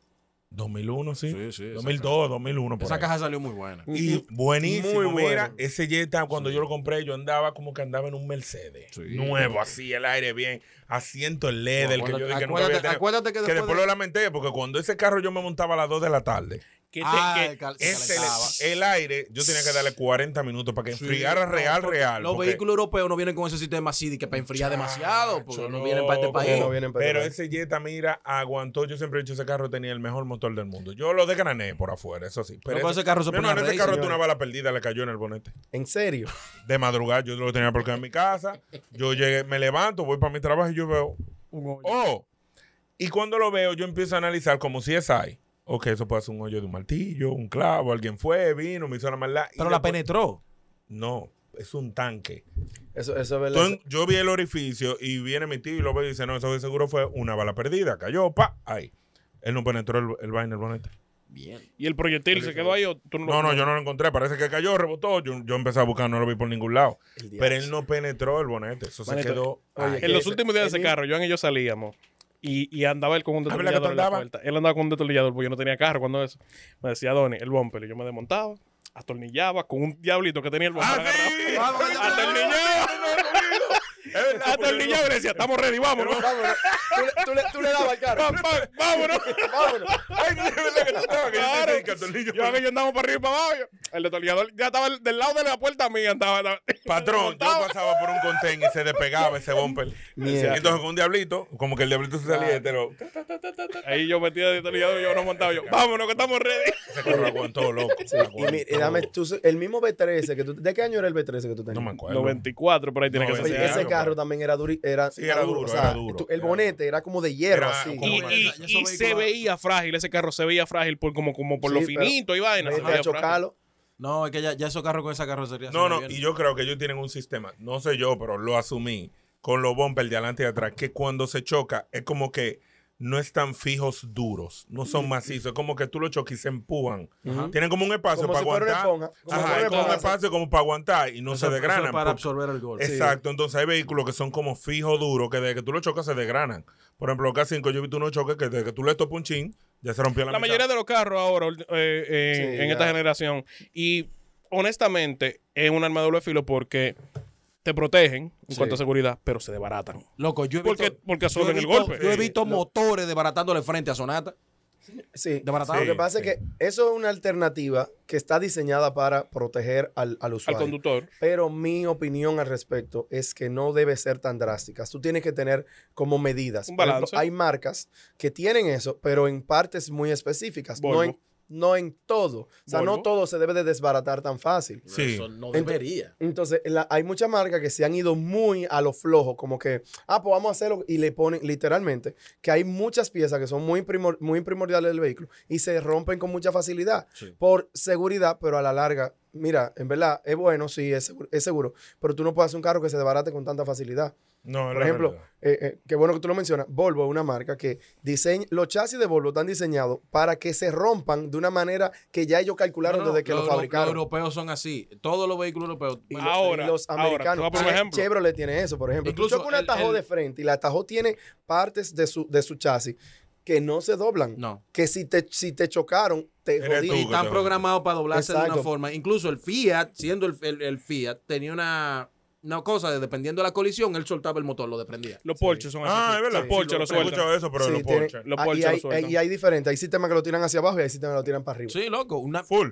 A: 2001, sí.
F: esa
A: 2002, 2001. por
F: Esa
A: ahí.
F: caja salió muy buena.
A: Y buenísimo.
F: Muy
A: Mira,
F: bueno.
A: ese Jetta, cuando yo lo compré, yo andaba como que andaba en un Mercedes. Nuevo, así, el aire bien. Asiento en LED, el que yo dije que nunca había
F: acuérdate-
A: tenido.
F: acuérdate que después
A: después
F: de-
A: lo lamenté, porque cuando ese carro yo me montaba a las 2 de la tarde.
B: Que te-
F: Ah,
B: que-
F: el cal- se
A: Ese-
F: calentaba.
A: el aire, yo tenía que darle 40 minutos para que enfriara
F: No,
A: real,
F: porque
A: real.
F: Los
A: porque-
F: vehículos europeos no vienen con ese sistema así de que para enfriar demasiado, porque no vienen para este
A: Loco.
F: país.
A: pero ese Jetta, mira, aguantó. Yo siempre he dicho, ese carro tenía el mejor motor del mundo. Yo lo desgrané por afuera, eso sí. Pero
F: No, pero ese carro se
A: mi
F: pone
A: hermano,
F: a
A: ese
F: reír,
A: carro tuvo
F: señor.
A: una bala perdida, le cayó en el bonete.
C: ¿En serio?
A: De madrugada, yo lo tenía porque en mi casa. Yo llegué, me levanto, voy para mi trabajo y yo veo. ¡Oh! Y cuando lo veo, yo empiezo a analizar como si es ahí. Ok, eso puede ser un hoyo de un martillo, un clavo, alguien fue, vino, me hizo la maldad.
F: Pero la penetró.
A: No, es un tanque.
C: Eso, eso es verdad.
A: Entonces, yo vi el orificio y viene mi tío y lo ve y dice, no, eso de seguro fue una bala perdida, cayó, pa, ahí. Él no penetró el, el vaina, el bonete.
B: ¿Y el proyectil se quedó ahí o tú no lo-
A: No, no, yo no lo encontré, parece que cayó, rebotó, yo, yo empecé a buscar, no lo vi por ningún lado. Pero él no penetró el bonete, eso
B: Manito,
A: se quedó
B: oye,
A: ahí.
B: en los últimos días de ese carro, Joan y yo salíamos. Y, y andaba él con un
A: Ah, ¿verdad que tú
B: destornillador en la
A: andabas?
B: puerta. Él andaba con un destornillador porque yo no tenía carro cuando eso. Me decía Donny, el bumper. Y yo me desmontaba, atornillaba con un diablito que tenía el bumper.
A: Ah,
B: agarrado. Atornillaba y le decía, estamos ready, vámonos.
C: Tú le, tú le- tú le dabas al carro.
B: Pam, pam, vámonos.
C: vámonos.
A: Ay, no, es verdad que tú estabas, que yo te
B: Claro.
A: dije que atornillo.
B: Yo, yo andaba para arriba y para abajo. yo, El destornillador ya estaba del lado de la puerta mía. Estaba,
A: Patrón, yo pasaba por un contén y se despegaba ese bumper.
B: Mierda.
A: Entonces con un diablito, como que el diablito se salía
B: Ah.
A: entero.
B: Ahí yo metía el destornillador y yo no montaba. Yo, vámonos que estamos ready.
A: Se aguantó, loco.
C: Y mi- y dame tú, el mismo B13 que tú. ¿De qué año era el B13 que tú tenías? No me
B: acuerdo. 94, por ahí tiene que ser.
C: Oye, ese carro también era duro. Era,
B: Sí, era duro,
C: o sea,
B: era duro,
C: tú- el bonete era como de hierro,
B: Era
C: así.
B: Y, y- y se veía frágil, ese carro se veía frágil por como, como por lo
C: Sí, pero-
B: finito y vaina. se
C: vete a
B: veía
C: chocarlo.
A: No, es que ya, esos carros con esa carrocería. No, no, y yo creo que ellos tienen un sistema, no sé yo, pero lo asumí, con los bumpers de adelante y de atrás, que cuando se choca es como que no están fijos duros, no
C: Mm.
A: son macizos, es como que tú lo chocas y se empujan.
C: Ajá.
A: Tienen como un espacio
C: Como
A: para
C: si fuera una
A: aguantar.
C: esponja, como si
A: Ajá,
C: fuera
A: es
C: una
A: como un
C: esponja.
A: espacio como para aguantar y no
C: Eso-
A: se pues.
C: eso es
A: desgranan.
C: para
A: porque-
C: absorber el golpe.
A: Exacto, entonces hay vehículos que son como fijos duros, que desde que tú lo chocas se desgranan. Por ejemplo, los K5 yo he visto unos choques que desde que tú le topas un chin, ya se rompió la,
B: La
A: mitad.
B: mayoría de los carros ahora, ul- eh, eh, en,
A: Sí,
B: en
A: ya.
B: esta generación, y honestamente es un arma de doble filo porque te protegen en
F: Sí.
B: cuanto a seguridad, pero se desbaratan.
F: Loco, yo he visto.
B: Porque- porque
F: yo he
B: absorben el
F: visto-
B: golpe.
F: Yo he
B: Sí,
F: visto
B: lo-
F: motores desbaratándole frente a Sonata.
C: Sí.
F: Desbaratado.
C: Lo que pasa
F: Sí,
C: es que eso es una alternativa que está diseñada para proteger al, al usuario.
B: conductor.
C: Pero mi opinión al respecto es que no debe ser tan drásticas. Tú tienes que tener como medidas.
B: Un
C: Por ejemplo,
B: balance.
C: hay marcas que tienen eso, pero en partes muy específicas. No
B: Volvo.
C: en, no en todo. O sea,
B: Volvo.
C: no todo se debe de desbaratar tan fácil.
A: Sí.
E: Eso no
C: Ento-
E: debería.
C: Entonces, la- hay muchas marcas que se han ido muy a lo flojo, como que, ah, pues vamos a hacerlo, y le ponen literalmente que hay muchas piezas que son muy, primor- muy primordiales del vehículo y se rompen con mucha facilidad
E: Sí.
C: por seguridad, pero a la larga, mira, en verdad, es bueno, sí, es seguro, es seguro, pero tú no puedes hacer un carro que se desbarate con tanta facilidad.
A: No,
C: Por
A: la
C: ejemplo,
A: verdad.
C: eh, eh, qué bueno que tú lo mencionas, Volvo es una marca que diseña, los chasis de Volvo están diseñados para que se rompan de una manera que ya ellos calcularon
F: No, no,
C: desde que lo
F: los- los-
C: fabricaron.
F: Los europeos son así. Todos los vehículos europeos.
C: Y los-
F: Ahora,
C: y los
F: ahora,
C: americanos.
F: te voy a
C: Ah,
F: poner un
C: Che-
F: ejemplo.
C: Chevrolet tiene eso, por ejemplo.
F: Incluso
C: Incluso Tú chocas una
F: el-
C: Tajo
F: el-
C: de frente y la Tajo tiene partes de su, de su chasis que no se doblan. Que si te, si te chocaron, te jodieron.
F: Y están programados para doblarse de
C: Exacto.
F: una forma. Incluso el Fiat, siendo el, el- el Fiat, tenía una, una cosa de dependiendo de la colisión, él soltaba el motor, lo desprendía.
B: Los Porsche son
A: así. Ah, es verdad.
B: Los Porsche lo sueltan.
C: Sí, tiene- ah, y hay, hay, y hay diferentes. Hay sistemas que lo tiran hacia abajo y hay sistemas que lo tiran para arriba.
F: Sí, loco. Una...
A: Full.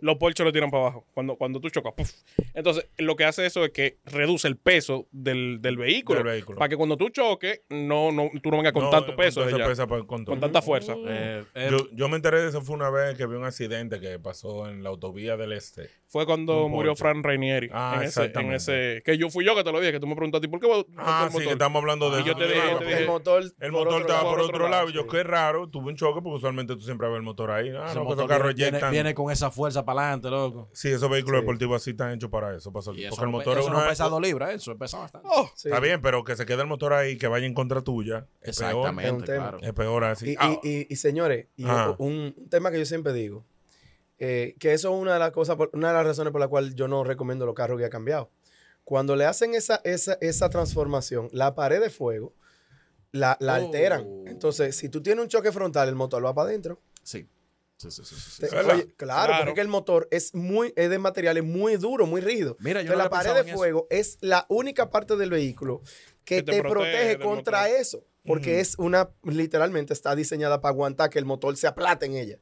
B: Los Porsche lo tiran para abajo. Cuando, cuando tú chocas, ¡puf! Entonces, lo que hace eso es que reduce el peso del, del vehículo.
A: Del vehículo.
B: Para que cuando tú choques, no, no, tú no vengas con
A: No,
B: tanto
A: eh,
B: peso.
A: tanto
B: de ya.
A: peso, pa- con todo.
B: Con tanta fuerza.
F: Mm.
A: Eh, yo, yo me enteré de eso fue una vez que vi un accidente que pasó en la autovía del este.
B: Fue cuando
A: Un
B: murió
A: Porsche.
B: Fran Reinieri.
A: Ah,
B: en ese, en
A: exactamente.
B: ese- que yo fui yo que te lo dije, que tú me preguntaste, ¿por qué va-
A: Ah,
B: va el
A: sí,
B: motor?
A: que estamos hablando de
B: Y Ah, yo te dije, te dije-
C: el motor,
A: el
C: por
A: motor
C: otro
A: estaba
C: lado,
A: por otro lado. Y yo, qué raro, tuve un choque porque usualmente tú siempre ves el motor ahí. Ah,
F: Ese
A: no, que
F: motor
A: esos carros
F: viene, viene-
A: eyectan.
F: viene con esa fuerza para adelante, loco.
A: Sí, esos vehículos deportivos así están hechos para eso. Para sol-
F: Y eso,
A: porque el
F: no pe-
A: motor es
F: eso
A: una-
F: no pesa dos libras, eso pesa bastante.
A: Está bien, pero que se quede el motor ahí, que vaya en contra tuya. Es peor.
F: Exactamente, Es un tema. claro.
A: Es peor así.
C: Y,
A: Ah,
C: y- y- y, señores, y
A: Ajá.
C: un un tema que yo siempre digo, eh, que eso es una de las cosas, por- una de las razones por la cual yo no recomiendo los carros que ha cambiado. Cuando le hacen esa, esa, esa transformación, la pared de fuego la, la alteran.
A: Oh.
C: Entonces, si tú tienes un choque frontal, el motor va para adentro.
F: Sí. Sí, sí, sí, sí, sí.
C: Te-
F: ¿Verdad?
C: oye, claro, porque es que el motor es muy es de materiales muy duro, muy rígido.
F: Mira, yo
C: Entonces,
F: no
C: la
F: había
C: pared
F: pensado
C: de
F: en
C: fuego es la única parte del vehículo que,
F: Que te
C: te,
F: protege
C: protege
F: del
C: contra
F: motor.
C: eso, porque
F: Ujú.
C: es una literalmente está diseñada para aguantar que el motor se aplate en ella.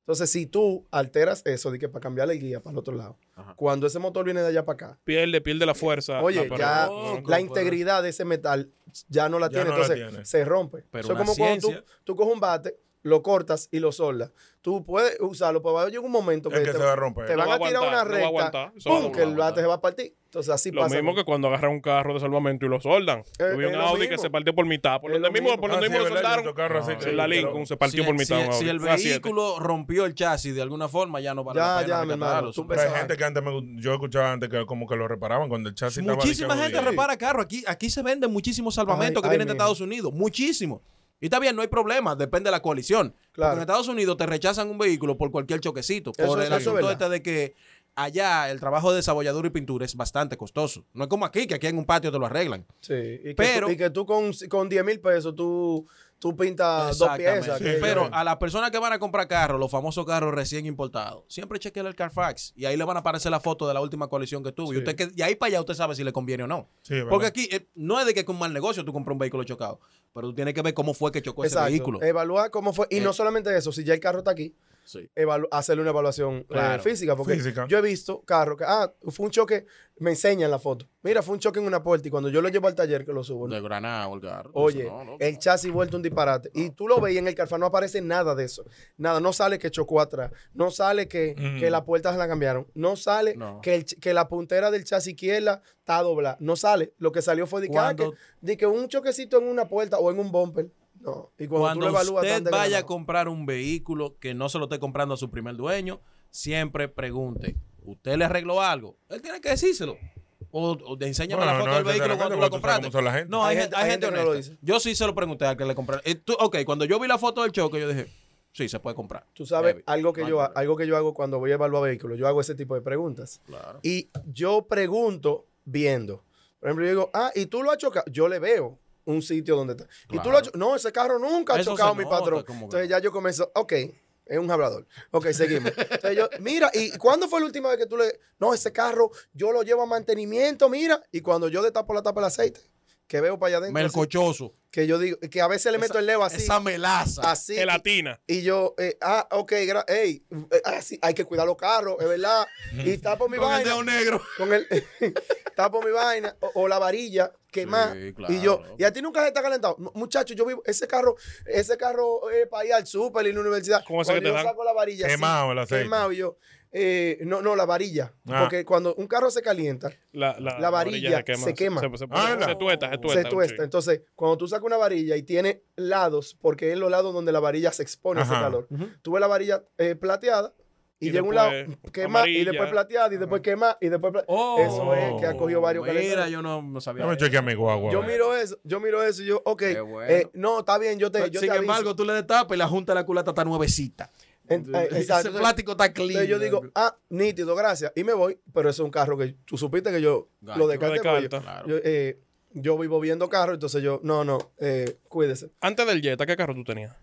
C: Entonces, si tú alteras eso de que para cambiar el guía para el otro lado, cuando ese motor viene de allá para acá,
B: pierde, pierde la fuerza.
C: Oye,
B: Ah, pero-
C: ya
B: No,
C: la
B: no,
C: integridad de ese metal ya no la
B: Ya
C: tiene,
B: no la
C: entonces
B: tiene.
C: se rompe.
B: Pero
C: Eso es
B: una
C: como cuando tú,
B: ciencia.
C: tú coges un bate, lo cortas y lo soldas. Tú puedes usarlo, pero va a llegar un momento
B: Es
C: que,
B: que
C: te,
B: se va a romper.
C: te
B: No
C: van
B: va
C: a
B: a
C: tirar
B: aguantar,
C: una
B: no va a
C: recta,
B: aguantar. Eso
C: ¡pum!
B: no va
C: que
B: a
C: el bate se va a partir. Entonces así
B: Lo
C: pasa.
B: mismo que cuando agarran un carro de salvamento y lo soldan.
C: Eh,
B: Tuvieron
C: es
B: un
C: lo
B: Audi que
C: mismo.
B: se partió por mitad. Por donde mismo, por
A: Ah,
B: donde
A: sí,
B: mismo lo
A: es verdad,
B: soldaron.
A: yo carro así que-
B: la
A: que lo-
B: Lincoln se partió
F: Si-
B: por mitad. un
F: Si, si
B: Audi.
F: el
B: Fue así.
F: vehículo rompió el chasis de alguna forma, ya no vale
C: Ya,
F: la pena
C: ya, mi hermano,
F: recatarlo.
C: tú
F: Son-
A: pero hay gente que antes me gust- yo escuchaba antes que como que lo reparaban cuando el chasis estaba
F: Muchísima
A: dije,
F: gente
A: jodido.
F: repara carro. Aquí, aquí se venden muchísimos salvamentos
C: Ay,
F: que
C: ay,
F: vienen de
C: mijo.
F: Estados Unidos. Muchísimos. Y está bien, no hay problema, depende de la coalición.
C: Claro.
F: Porque en Estados Unidos te rechazan un vehículo por cualquier choquecito.
C: Eso-
F: Por
C: eso
F: el
C: es
F: asunto
C: verdad.
F: este de que allá el trabajo de desabolladura y pintura es bastante costoso. No es como aquí, que aquí en un patio te lo arreglan.
C: Sí, y que,
F: Pero-
C: tú, y que tú con, con 10 mil pesos tú, tú pintas dos
F: Exactamente.
C: piezas.
F: Sí,
C: que-
F: Pero a las personas que van a comprar carros, los famosos carros recién importados, siempre chequen el Carfax y ahí le van a aparecer la foto de la última coalición que tuvo. Y,
A: Sí.
F: usted que, y ahí para allá usted sabe si le conviene o no.
A: Sí, es verdad.
F: Porque aquí eh, no es de que con mal negocio tú compras un vehículo chocado, pero tú tienes que ver cómo fue que chocó ese
C: Exacto.
F: vehículo.
C: Evaluar cómo fue. Y
F: Eh.
C: no solamente eso, si ya el carro está aquí, evalu- hacerle una evaluación eh,
A: Claro.
C: física. Porque
A: Física.
C: yo he visto carros que, ah, fue un choque, me enseñan la foto. Mira, fue un choque en una puerta y cuando yo lo llevo al taller que lo subo. ¿no?
E: De granado, el carro.
C: Oye, eh,
E: Eso, no, no.
C: el chasis vuelto un disparate. Y tú lo veías en el carfán, no aparece nada de eso. Nada, no sale que chocó atrás. No sale que,
E: Mm.
C: que las puertas la cambiaron. No sale
E: No.
C: Que, el ch- que la puntera del chasis izquierda está doblada. No sale. Lo que salió fue de que, ah, que,
F: Cuando-
C: de que un choquecito en una puerta o en un bumper. No. Y cuando, tú
F: Cuando
C: lo evalúas
F: usted
C: tan
F: vaya a
C: desgranado.
F: comprar un vehículo que no se lo esté comprando a su primer dueño, siempre pregunte, ¿usted le arregló algo? Él tiene que decírselo. O, o de enséñame
A: Bueno,
F: la foto
A: no
F: del vehículo cuando tú la
A: necesariamente, porque tú sabes
F: compraste.
A: cómo son la gente.
F: No, hay, gente,
A: Hay gente-
F: hay
A: hay
F: gente
A: gente que no lo
F: honesta. Yo sí se lo pregunté al que le compré. Y tú- ok, cuando yo vi la foto del choque, yo dije, sí, se puede comprar.
C: Tú sabes, algo que,
F: no hay
C: yo, ha- algo que yo hago cuando voy a evaluar vehículos, yo hago ese tipo de preguntas. Y yo pregunto viendo. Por ejemplo, yo digo, ah, ¿y tú lo has chocado? Yo le veo un sitio donde está. ¿Y tú lo has cho- No, ese carro nunca ha
F: Eso
C: chocado
F: se
C: mi
F: nota,
C: patrón.
F: como que-
C: Entonces ya yo comienzo, ok, es un hablador. Ok, seguimos. Entonces yo, mira, ¿y cuándo fue la última vez que tú le... No, ese carro yo lo llevo a mantenimiento, mira. Y cuando yo destapo la tapa del aceite, que veo para allá adentro... así,
F: Melcochoso.
C: que yo digo, que a veces le meto el leo así.
F: esa melaza.
C: Así.
F: Gelatina.
C: Y, y yo, eh, ah, ok, gra- ey, eh, así, hay que cuidar los carros, es verdad. Y tapo mi
F: Con el
C: vaina.
F: dedo negro.
C: Con el, tapo mi vaina o, o la varilla, que más.
F: claro.
C: Y yo, y a ti nunca se está calentado. No, Muchacho, yo vivo, ese carro, ese carro eh, para ir al súper y en la universidad.
A: ¿Cómo es que
C: cuando
A: te
C: yo
A: dan?
C: saco la varilla. así,
A: Quemado el aceite.
C: Quemado, y yo. eh, no, no, la varilla.
A: Ah.
C: Porque cuando un carro se calienta,
B: La, la-
C: la varilla se quema.
B: Se, se-
F: Ah,
B: se- se tuesta, se tuesta.
C: Se tuesta. Entonces, cuando tú sacas una varilla y tiene lados, porque es los lados donde la varilla se expone a ese
B: Ajá.
C: calor,
B: Ujú.
C: tú ves la varilla eh, plateada y,
B: Y
C: llega un lado mm,
B: después
C: quema y
B: amarilla.
C: después plateada y después quema y después pla- Eso es que ha cogido varios
F: Oh, Mira,
C: calendarios.
F: yo no, no sabía.
A: Dame
F: eso.
A: chequear mi guagua.
C: Yo
A: a ver.
C: miro eso, yo miro eso y yo, ok, eh, no, está bien, yo te, yo
F: Sin
C: te aviso.
F: embargo, tú le destapas y la junta de la culata está nuevecita.
C: En- eh,
F: Ese
C: exacto. Entonces,
F: plástico está clean.
C: entonces yo digo, ah, nítido, gracias. Y me voy, pero eso es un carro que tú supiste que yo
F: Gacho.
C: lo descarté.
B: Lo
C: porque
B: descarta.
C: Yo, yo, eh, yo vivo viendo carros, entonces yo, no, no, eh, cuídese.
B: Antes del Jetta, ¿qué carro tú tenías?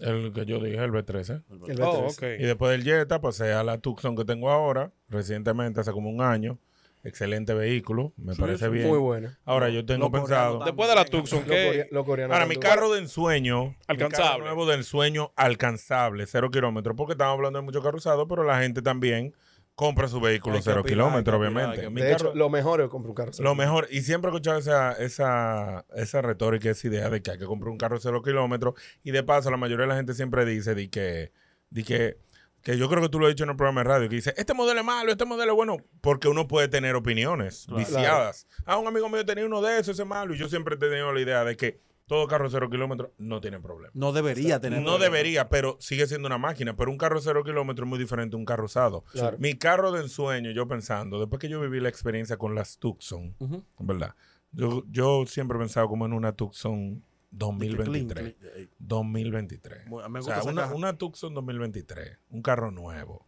A: El que yo dije, el B13.
C: El B13.
B: Oh, ok.
A: Y después del Jetta pasé a la Tucson que tengo ahora, recientemente, hace como un año. Excelente vehículo, me
C: Sí,
A: parece
C: sí.
A: bien.
C: Muy bueno.
A: Ahora yo tengo
C: Los coreanos
A: pensado.
B: también. Después de la Tucson,
C: Los ¿qué? corea- los coreanos
A: Ahora, mi
C: también.
A: carro de ensueño. Mi carro
B: Alcanzable.
A: nuevo de ensueño alcanzable, cero kilómetros. Porque estamos hablando de muchos carros usados, pero la gente también compra su vehículo
C: Hay que
A: cero
C: opinar,
A: kilómetros,
C: hay que opinar,
A: obviamente.
C: hay que
A: Mi
C: opinar. De
A: carro-
C: hecho, lo mejor es comprar un carro.
A: lo mejor, y siempre he escuchado esa, esa, esa retórica, esa idea de que hay que comprar un carro cero kilómetros. Y de paso, la mayoría de la gente siempre dice de que, de que, que yo creo que tú lo has dicho en el programa de radio, que dice, este modelo es malo, este modelo es bueno, porque uno puede tener opiniones viciadas. Ah, un amigo mío tenía uno de esos, ese es malo. Y yo siempre he tenido la idea de que todo carro cero kilómetros no tiene problema.
F: No debería tener.
A: No debería, pero sigue siendo una máquina. Pero un carro cero kilómetros es muy diferente a un carro usado.
F: Claro.
A: Mi carro de ensueño, yo pensando, después que yo viví la experiencia con las Tucson,
F: Ujú.
A: ¿verdad? Yo, yo siempre he pensado como en una Tucson
F: Clean,
A: 2023.
F: clean, eh.
A: 2023.
F: Bueno, me
A: O
F: gusta
A: sea,
F: esa
A: una,
F: caja.
A: una Tucson 2023, un carro nuevo.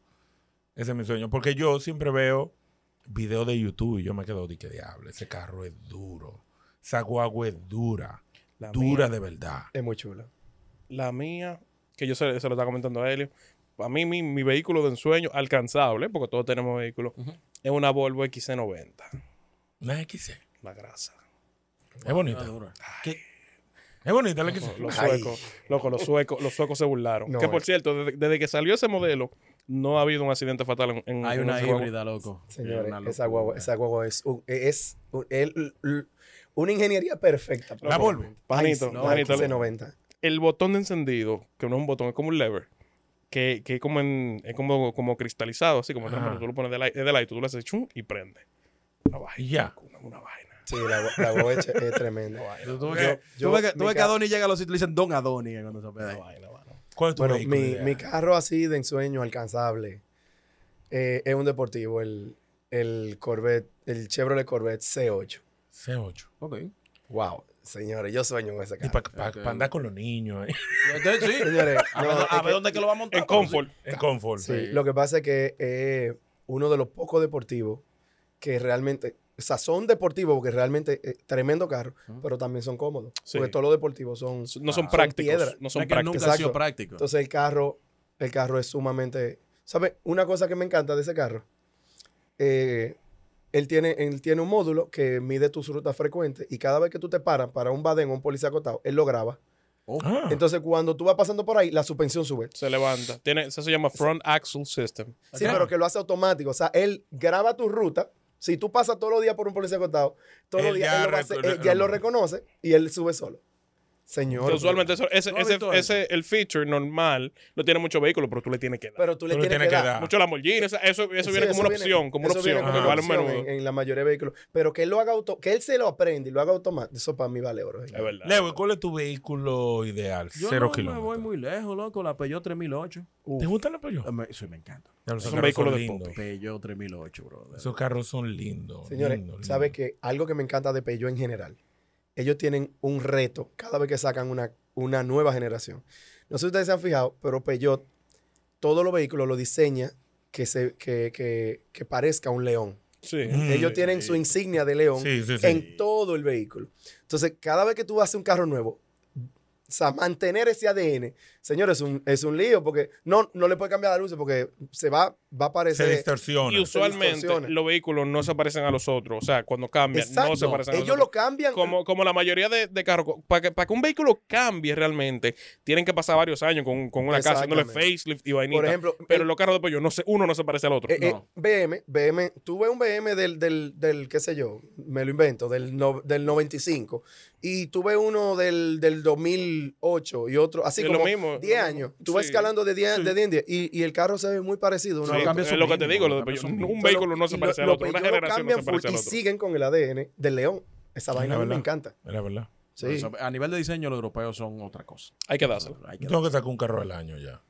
A: Ese es mi sueño. Porque yo siempre veo videos de YouTube y yo me quedo de que diablo, ese carro es duro. Esa guagua es dura.
B: La
A: dura
B: mía.
A: de verdad.
C: Es muy chula.
B: La mía, que yo se, se lo estaba comentando a Helio. A mí, mi, mi vehículo de ensueño alcanzable, porque todos tenemos vehículos, es una Volvo XC90.
A: Una XC.
B: La grasa.
A: Es bonita.
F: ¿Qué?
A: Es bonita la que se.
B: Los suecos, loco, los suecos, los suecos se burlaron.
A: No,
B: que por
A: eh.
B: cierto, desde, desde que salió ese modelo, no ha habido un accidente fatal en, en
F: Hay
B: en
F: una
B: ese juego.
F: híbrida, loco.
C: Señores,
F: Una
C: esa guagua, esa guagua es, un- es un- el- l- una ingeniería perfecta.
B: La Volvo. Panito,
C: Panito,
B: panito.
C: 90
B: El botón de encendido, que no es un botón, es como un lever, que, que es, como en- es como, como cristalizado, así como
A: Ajá.
B: ejemplo, tú lo pones de light, es de light, tú lo haces chum y prende. Una
A: Y
B: vaina.
A: ya.
C: Sí, la, gu- la guagua es, es tremenda.
F: Yo tuve
C: Yo-
F: que,
C: yo-
F: tuve que, tuve
C: mi
F: que
C: ca-
F: Adonis llega a los sitios y le dicen Don Adonis eh, cuando se pega.
A: ¿Cuál es tu
C: Bueno,
A: vehículo
C: mi,
A: ideal?
C: mi carro así de ensueño alcanzable eh, es un deportivo, el, el Corvette, el Chevrolet Corvette C8.
A: C8.
F: Ok.
C: Wow, señores, yo sueño con ese carro.
A: para andar con los niños. eh.
F: Entonces, sí.
C: Señores,
F: a
C: no,
F: ver,
C: es
F: a ver
C: que-
F: dónde es que lo va a montar.
B: En confort.
A: En confort.
C: Sí, lo que pasa es que es uno de los pocos deportivos que realmente, o sea, son deportivos porque realmente es tremendo carro, pero también son cómodos.
B: Sí.
C: Porque todos los deportivos Ah, son
B: No son prácticos,
C: piedra.
B: no son
F: Es que nunca
B: prácticos.
F: ha sido práctico.
C: Entonces el carro, el carro es sumamente, ¿sabes? Una cosa que me encanta de ese carro, eh, él tiene, él tiene un módulo que mide tus rutas frecuentes y cada vez que tú te paras para un badén o un policía acotado, él lo graba.
F: Oh,
B: Ah.
A: Ah.
C: Entonces, cuando tú vas pasando por ahí, la suspensión sube.
B: Se levanta. Tiene, eso se llama front axle system.
C: Sí, pero que lo hace automático. O sea, él graba tu ruta. Si tú pasas todos los días por un policía acostado, todos los
B: Él
C: días
B: ya
C: él, lo va a hacer,
B: recono-
C: él- ya él lo reconoce y él sube solo. Señor.
B: Entonces, usualmente eso- ese,
C: ¿No has
B: ese,
C: visto eso?
B: ese- el feature normal no tiene muchos vehículos, pero tú le tienes que dar. Ah.
C: Pero tú le Tú le tienes tienes que que dar. dar.
B: Mucho Lamborghini, o sea, eso, eso
C: Sí,
B: viene como una opción, como una
C: eso viene
B: opción,
C: como
B: que
C: una
B: vale un
C: opción
B: menudo.
C: En, en la mayoría de vehículos. Pero que él lo haga auto, que él se lo aprende y lo haga automático. Eso para mí vale oro. señor.
A: Leo, ¿cuál es tu vehículo ideal?
C: Yo
A: Cero
C: no me
A: kilómetros.
F: voy muy lejos, loco. La Peugeot 3008.
A: ¿Te gustan las Peugeot?
F: Ah, Me, sí, me encanta.
A: Ya, los Es un carros vehículo son de lindos.
F: Peugeot 3008, bro.
A: Esos carros son lindos.
C: Señores,
A: lindos, lindos.
C: ¿sabe que Algo que me encanta de Peugeot en general. Ellos tienen un reto cada vez que sacan una, una nueva generación. No sé si ustedes se han fijado, pero Peugeot, todos los vehículos lo diseña que, se, que, que- que parezca un león.
B: Mm.
C: Ellos tienen su insignia de león
B: Sí, sí, sí.
C: en todo el vehículo. Entonces, cada vez que tú haces un carro nuevo, o sea, mantener ese ADN, señores, es un, es un lío porque no, no le puede cambiar la luz porque se va, va a parecer.
B: Y usualmente los vehículos no se parecen a los otros. O sea, cuando cambian, no se
C: Exacto.
B: parecen a los
C: Ellos
B: otros.
C: lo cambian.
B: Como, como la mayoría de, de carros. Para que, para que un vehículo cambie realmente, tienen que pasar varios años con, con una casa haciéndole
C: Exactamente.
B: facelift y vainita.
C: Por ejemplo,
B: pero
C: el-
B: los carros de pollo, no se, uno no se parece al otro.
C: Eh, eh,
B: No.
C: BM, BM, tú ves un BM del, del, del, qué sé yo, me lo invento, del, no- del 95, y tú ves uno del, del 2008 y otro, así
B: Es lo
C: como
B: mismo,
C: 10
B: lo
C: años. Tú
B: Sí.
C: vas escalando de 10
B: Sí.
C: de 10 en 10, y, y el carro se ve muy parecido. uno
B: Sí,
C: al otro.
B: es lo que te digo, lo de Peugeot. un vehículo no se
C: Y lo-
B: parece al
C: lo
B: otro, una
C: Peugeot lo
B: generación no
C: cambian
B: se parece
C: full
B: al
C: y
B: otro.
C: siguen con el ADN del león. Esa vaina a mí me encanta.
A: Era verdad.
C: Sí.
F: Por eso, A nivel de diseño, los europeos son otra cosa.
B: Hay que dárselo.
A: Yo Tengo que sacar un carro al año ya.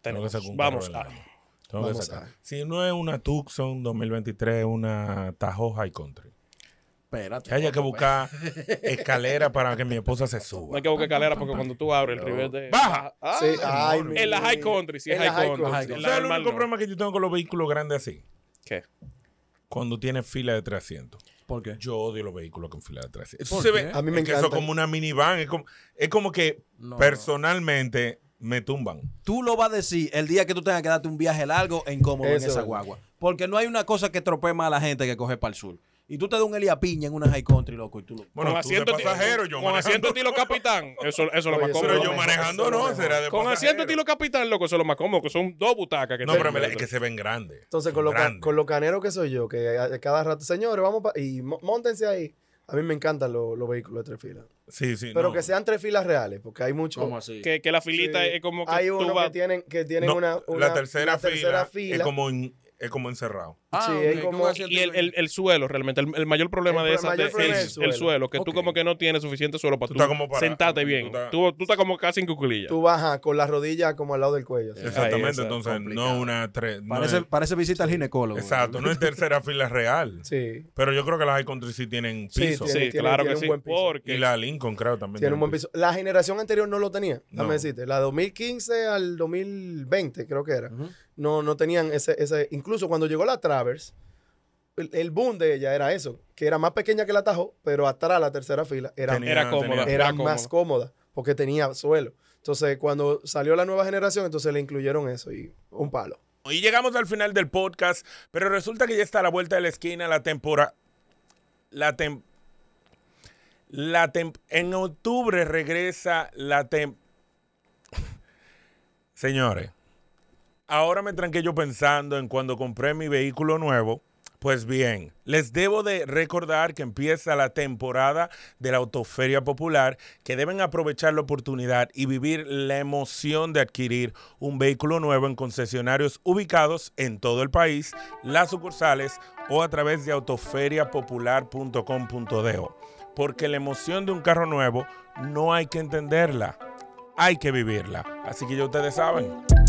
A: Tengo que sacar un
B: Vamos ah,
A: carro al
B: a-
A: año. Tengo que
B: Vamos
A: sacar. Si no es una Tucson 2023, una Tahoe High Country.
F: Espérate.
A: Que haya que buscar escalera para que mi esposa se suba.
B: No hay que buscar escalera porque cuando tú abres el ribete.
A: ¡Baja!
B: Ah,
A: Sí, ay, mi
B: en la high country, sí, es high, country. En la
A: ¿Sabes el
B: normal
A: único
B: no.
A: problema que yo tengo con los vehículos grandes así?
B: ¿Qué?
A: Cuando tiene fila de 300.
F: ¿Por qué?
A: Yo odio los vehículos con fila de 300.
F: ¿Por
A: Eso se
F: qué?
A: ve-
F: A mí me
A: es que Eso es
F: encanta.
A: como una minivan. Es como, es como que personalmente me tumban.
F: Tú lo vas a decir el día que tú tengas que darte un viaje largo e incómodo
A: Eso
F: en
A: es
F: esa
A: verdad.
F: guagua. Porque no hay una cosa que tropee más a la gente que coger para el sur. Y tú te das un Elia Piña en una high country, loco, y tú lo...
B: con asiento ti- Con asiento estilo capitán, eso, eso es lo
A: Oye,
B: más
A: eso
B: cómodo.
A: es lo mejor, eso es lo mejor.
B: Con
A: pasajero.
B: asiento estilo capitán, loco, eso es lo más cómodo, que son dos butacas que
A: No,
B: tienen
A: pero me la-
B: dentro.
A: es que se ven grandes.
C: Entonces, con lo, ca-
B: Grande.
C: con lo canero que soy yo, que a- a cada rato, señores, vamos pa- y mo- montense ahí. A mí me encantan los los vehículos de tres filas.
A: Sí, sí.
C: Pero
A: no.
C: que sean tres filas reales, porque hay muchos.
A: ¿Cómo así?
B: Que- que la filita es como que
C: Hay
B: tú
C: uno
B: vas-
C: que tienen, que tienen
A: No,
C: una,
A: la
C: una-
A: tercera,
C: la tercera
A: fila,
C: fila.
A: Es, como en- es como encerrado.
C: Ah, Sí, es ok, como- ¿cómo
B: y el, el- el suelo realmente el, el mayor problema
A: El
B: de
A: pro-
B: esa
A: mayor
B: de-
A: problema
B: es
A: es
B: el,
A: el
B: el
A: suelo.
B: suelo que tú como que no tienes suficiente suelo para tú,
A: estás como parado,
B: sentarte
A: tú
B: bien
A: estás-
B: tú, tú estás como casi en cuclillas
C: Tú bajas con las rodillas como al lado del cuello. así.
A: Exactamente,
B: Ahí, esa,
A: entonces
B: complicado.
A: no una tres. no
F: Parece,
A: es-
F: parece visita al ginecólogo.
A: exacto, no es tercera fila real. Sí. Pero yo creo que las High Country sí tienen
C: Sí,
A: piso.
C: tiene- Sí, tiene- claro tiene que un sí, buen piso.
A: Y la Lincoln, creo, también.
C: Tiene un buen
A: piso.
C: piso. La generación anterior no lo tenía,
A: No.
C: déjame decirte. La 2015 al 2020, creo que era. No no tenían ese, ese. Incluso cuando llegó la Travers, el, el boom de ella era eso, que era más pequeña que la Tajo, pero atrás la tercera fila era,
B: Tenía- Era cómoda,
C: Era,
B: era
C: más cómoda, porque tenía suelo. Entonces, cuando salió la nueva generación, entonces le incluyeron eso y un palo.
A: Y llegamos al final del podcast, pero resulta que ya está a la vuelta de la esquina la temporada. La tem- la tem- en octubre regresa la tem Señores, ahora me tranqué yo pensando en cuando compré mi vehículo nuevo. Pues bien, les debo de recordar que empieza la temporada de la Autoferia Popular, que deben aprovechar la oportunidad y vivir la emoción de adquirir un vehículo nuevo en concesionarios ubicados en todo el país, las sucursales o a través de autoferiapopular.com.de. Porque la emoción de un carro nuevo no hay que entenderla, hay que vivirla. Así que ya ustedes saben.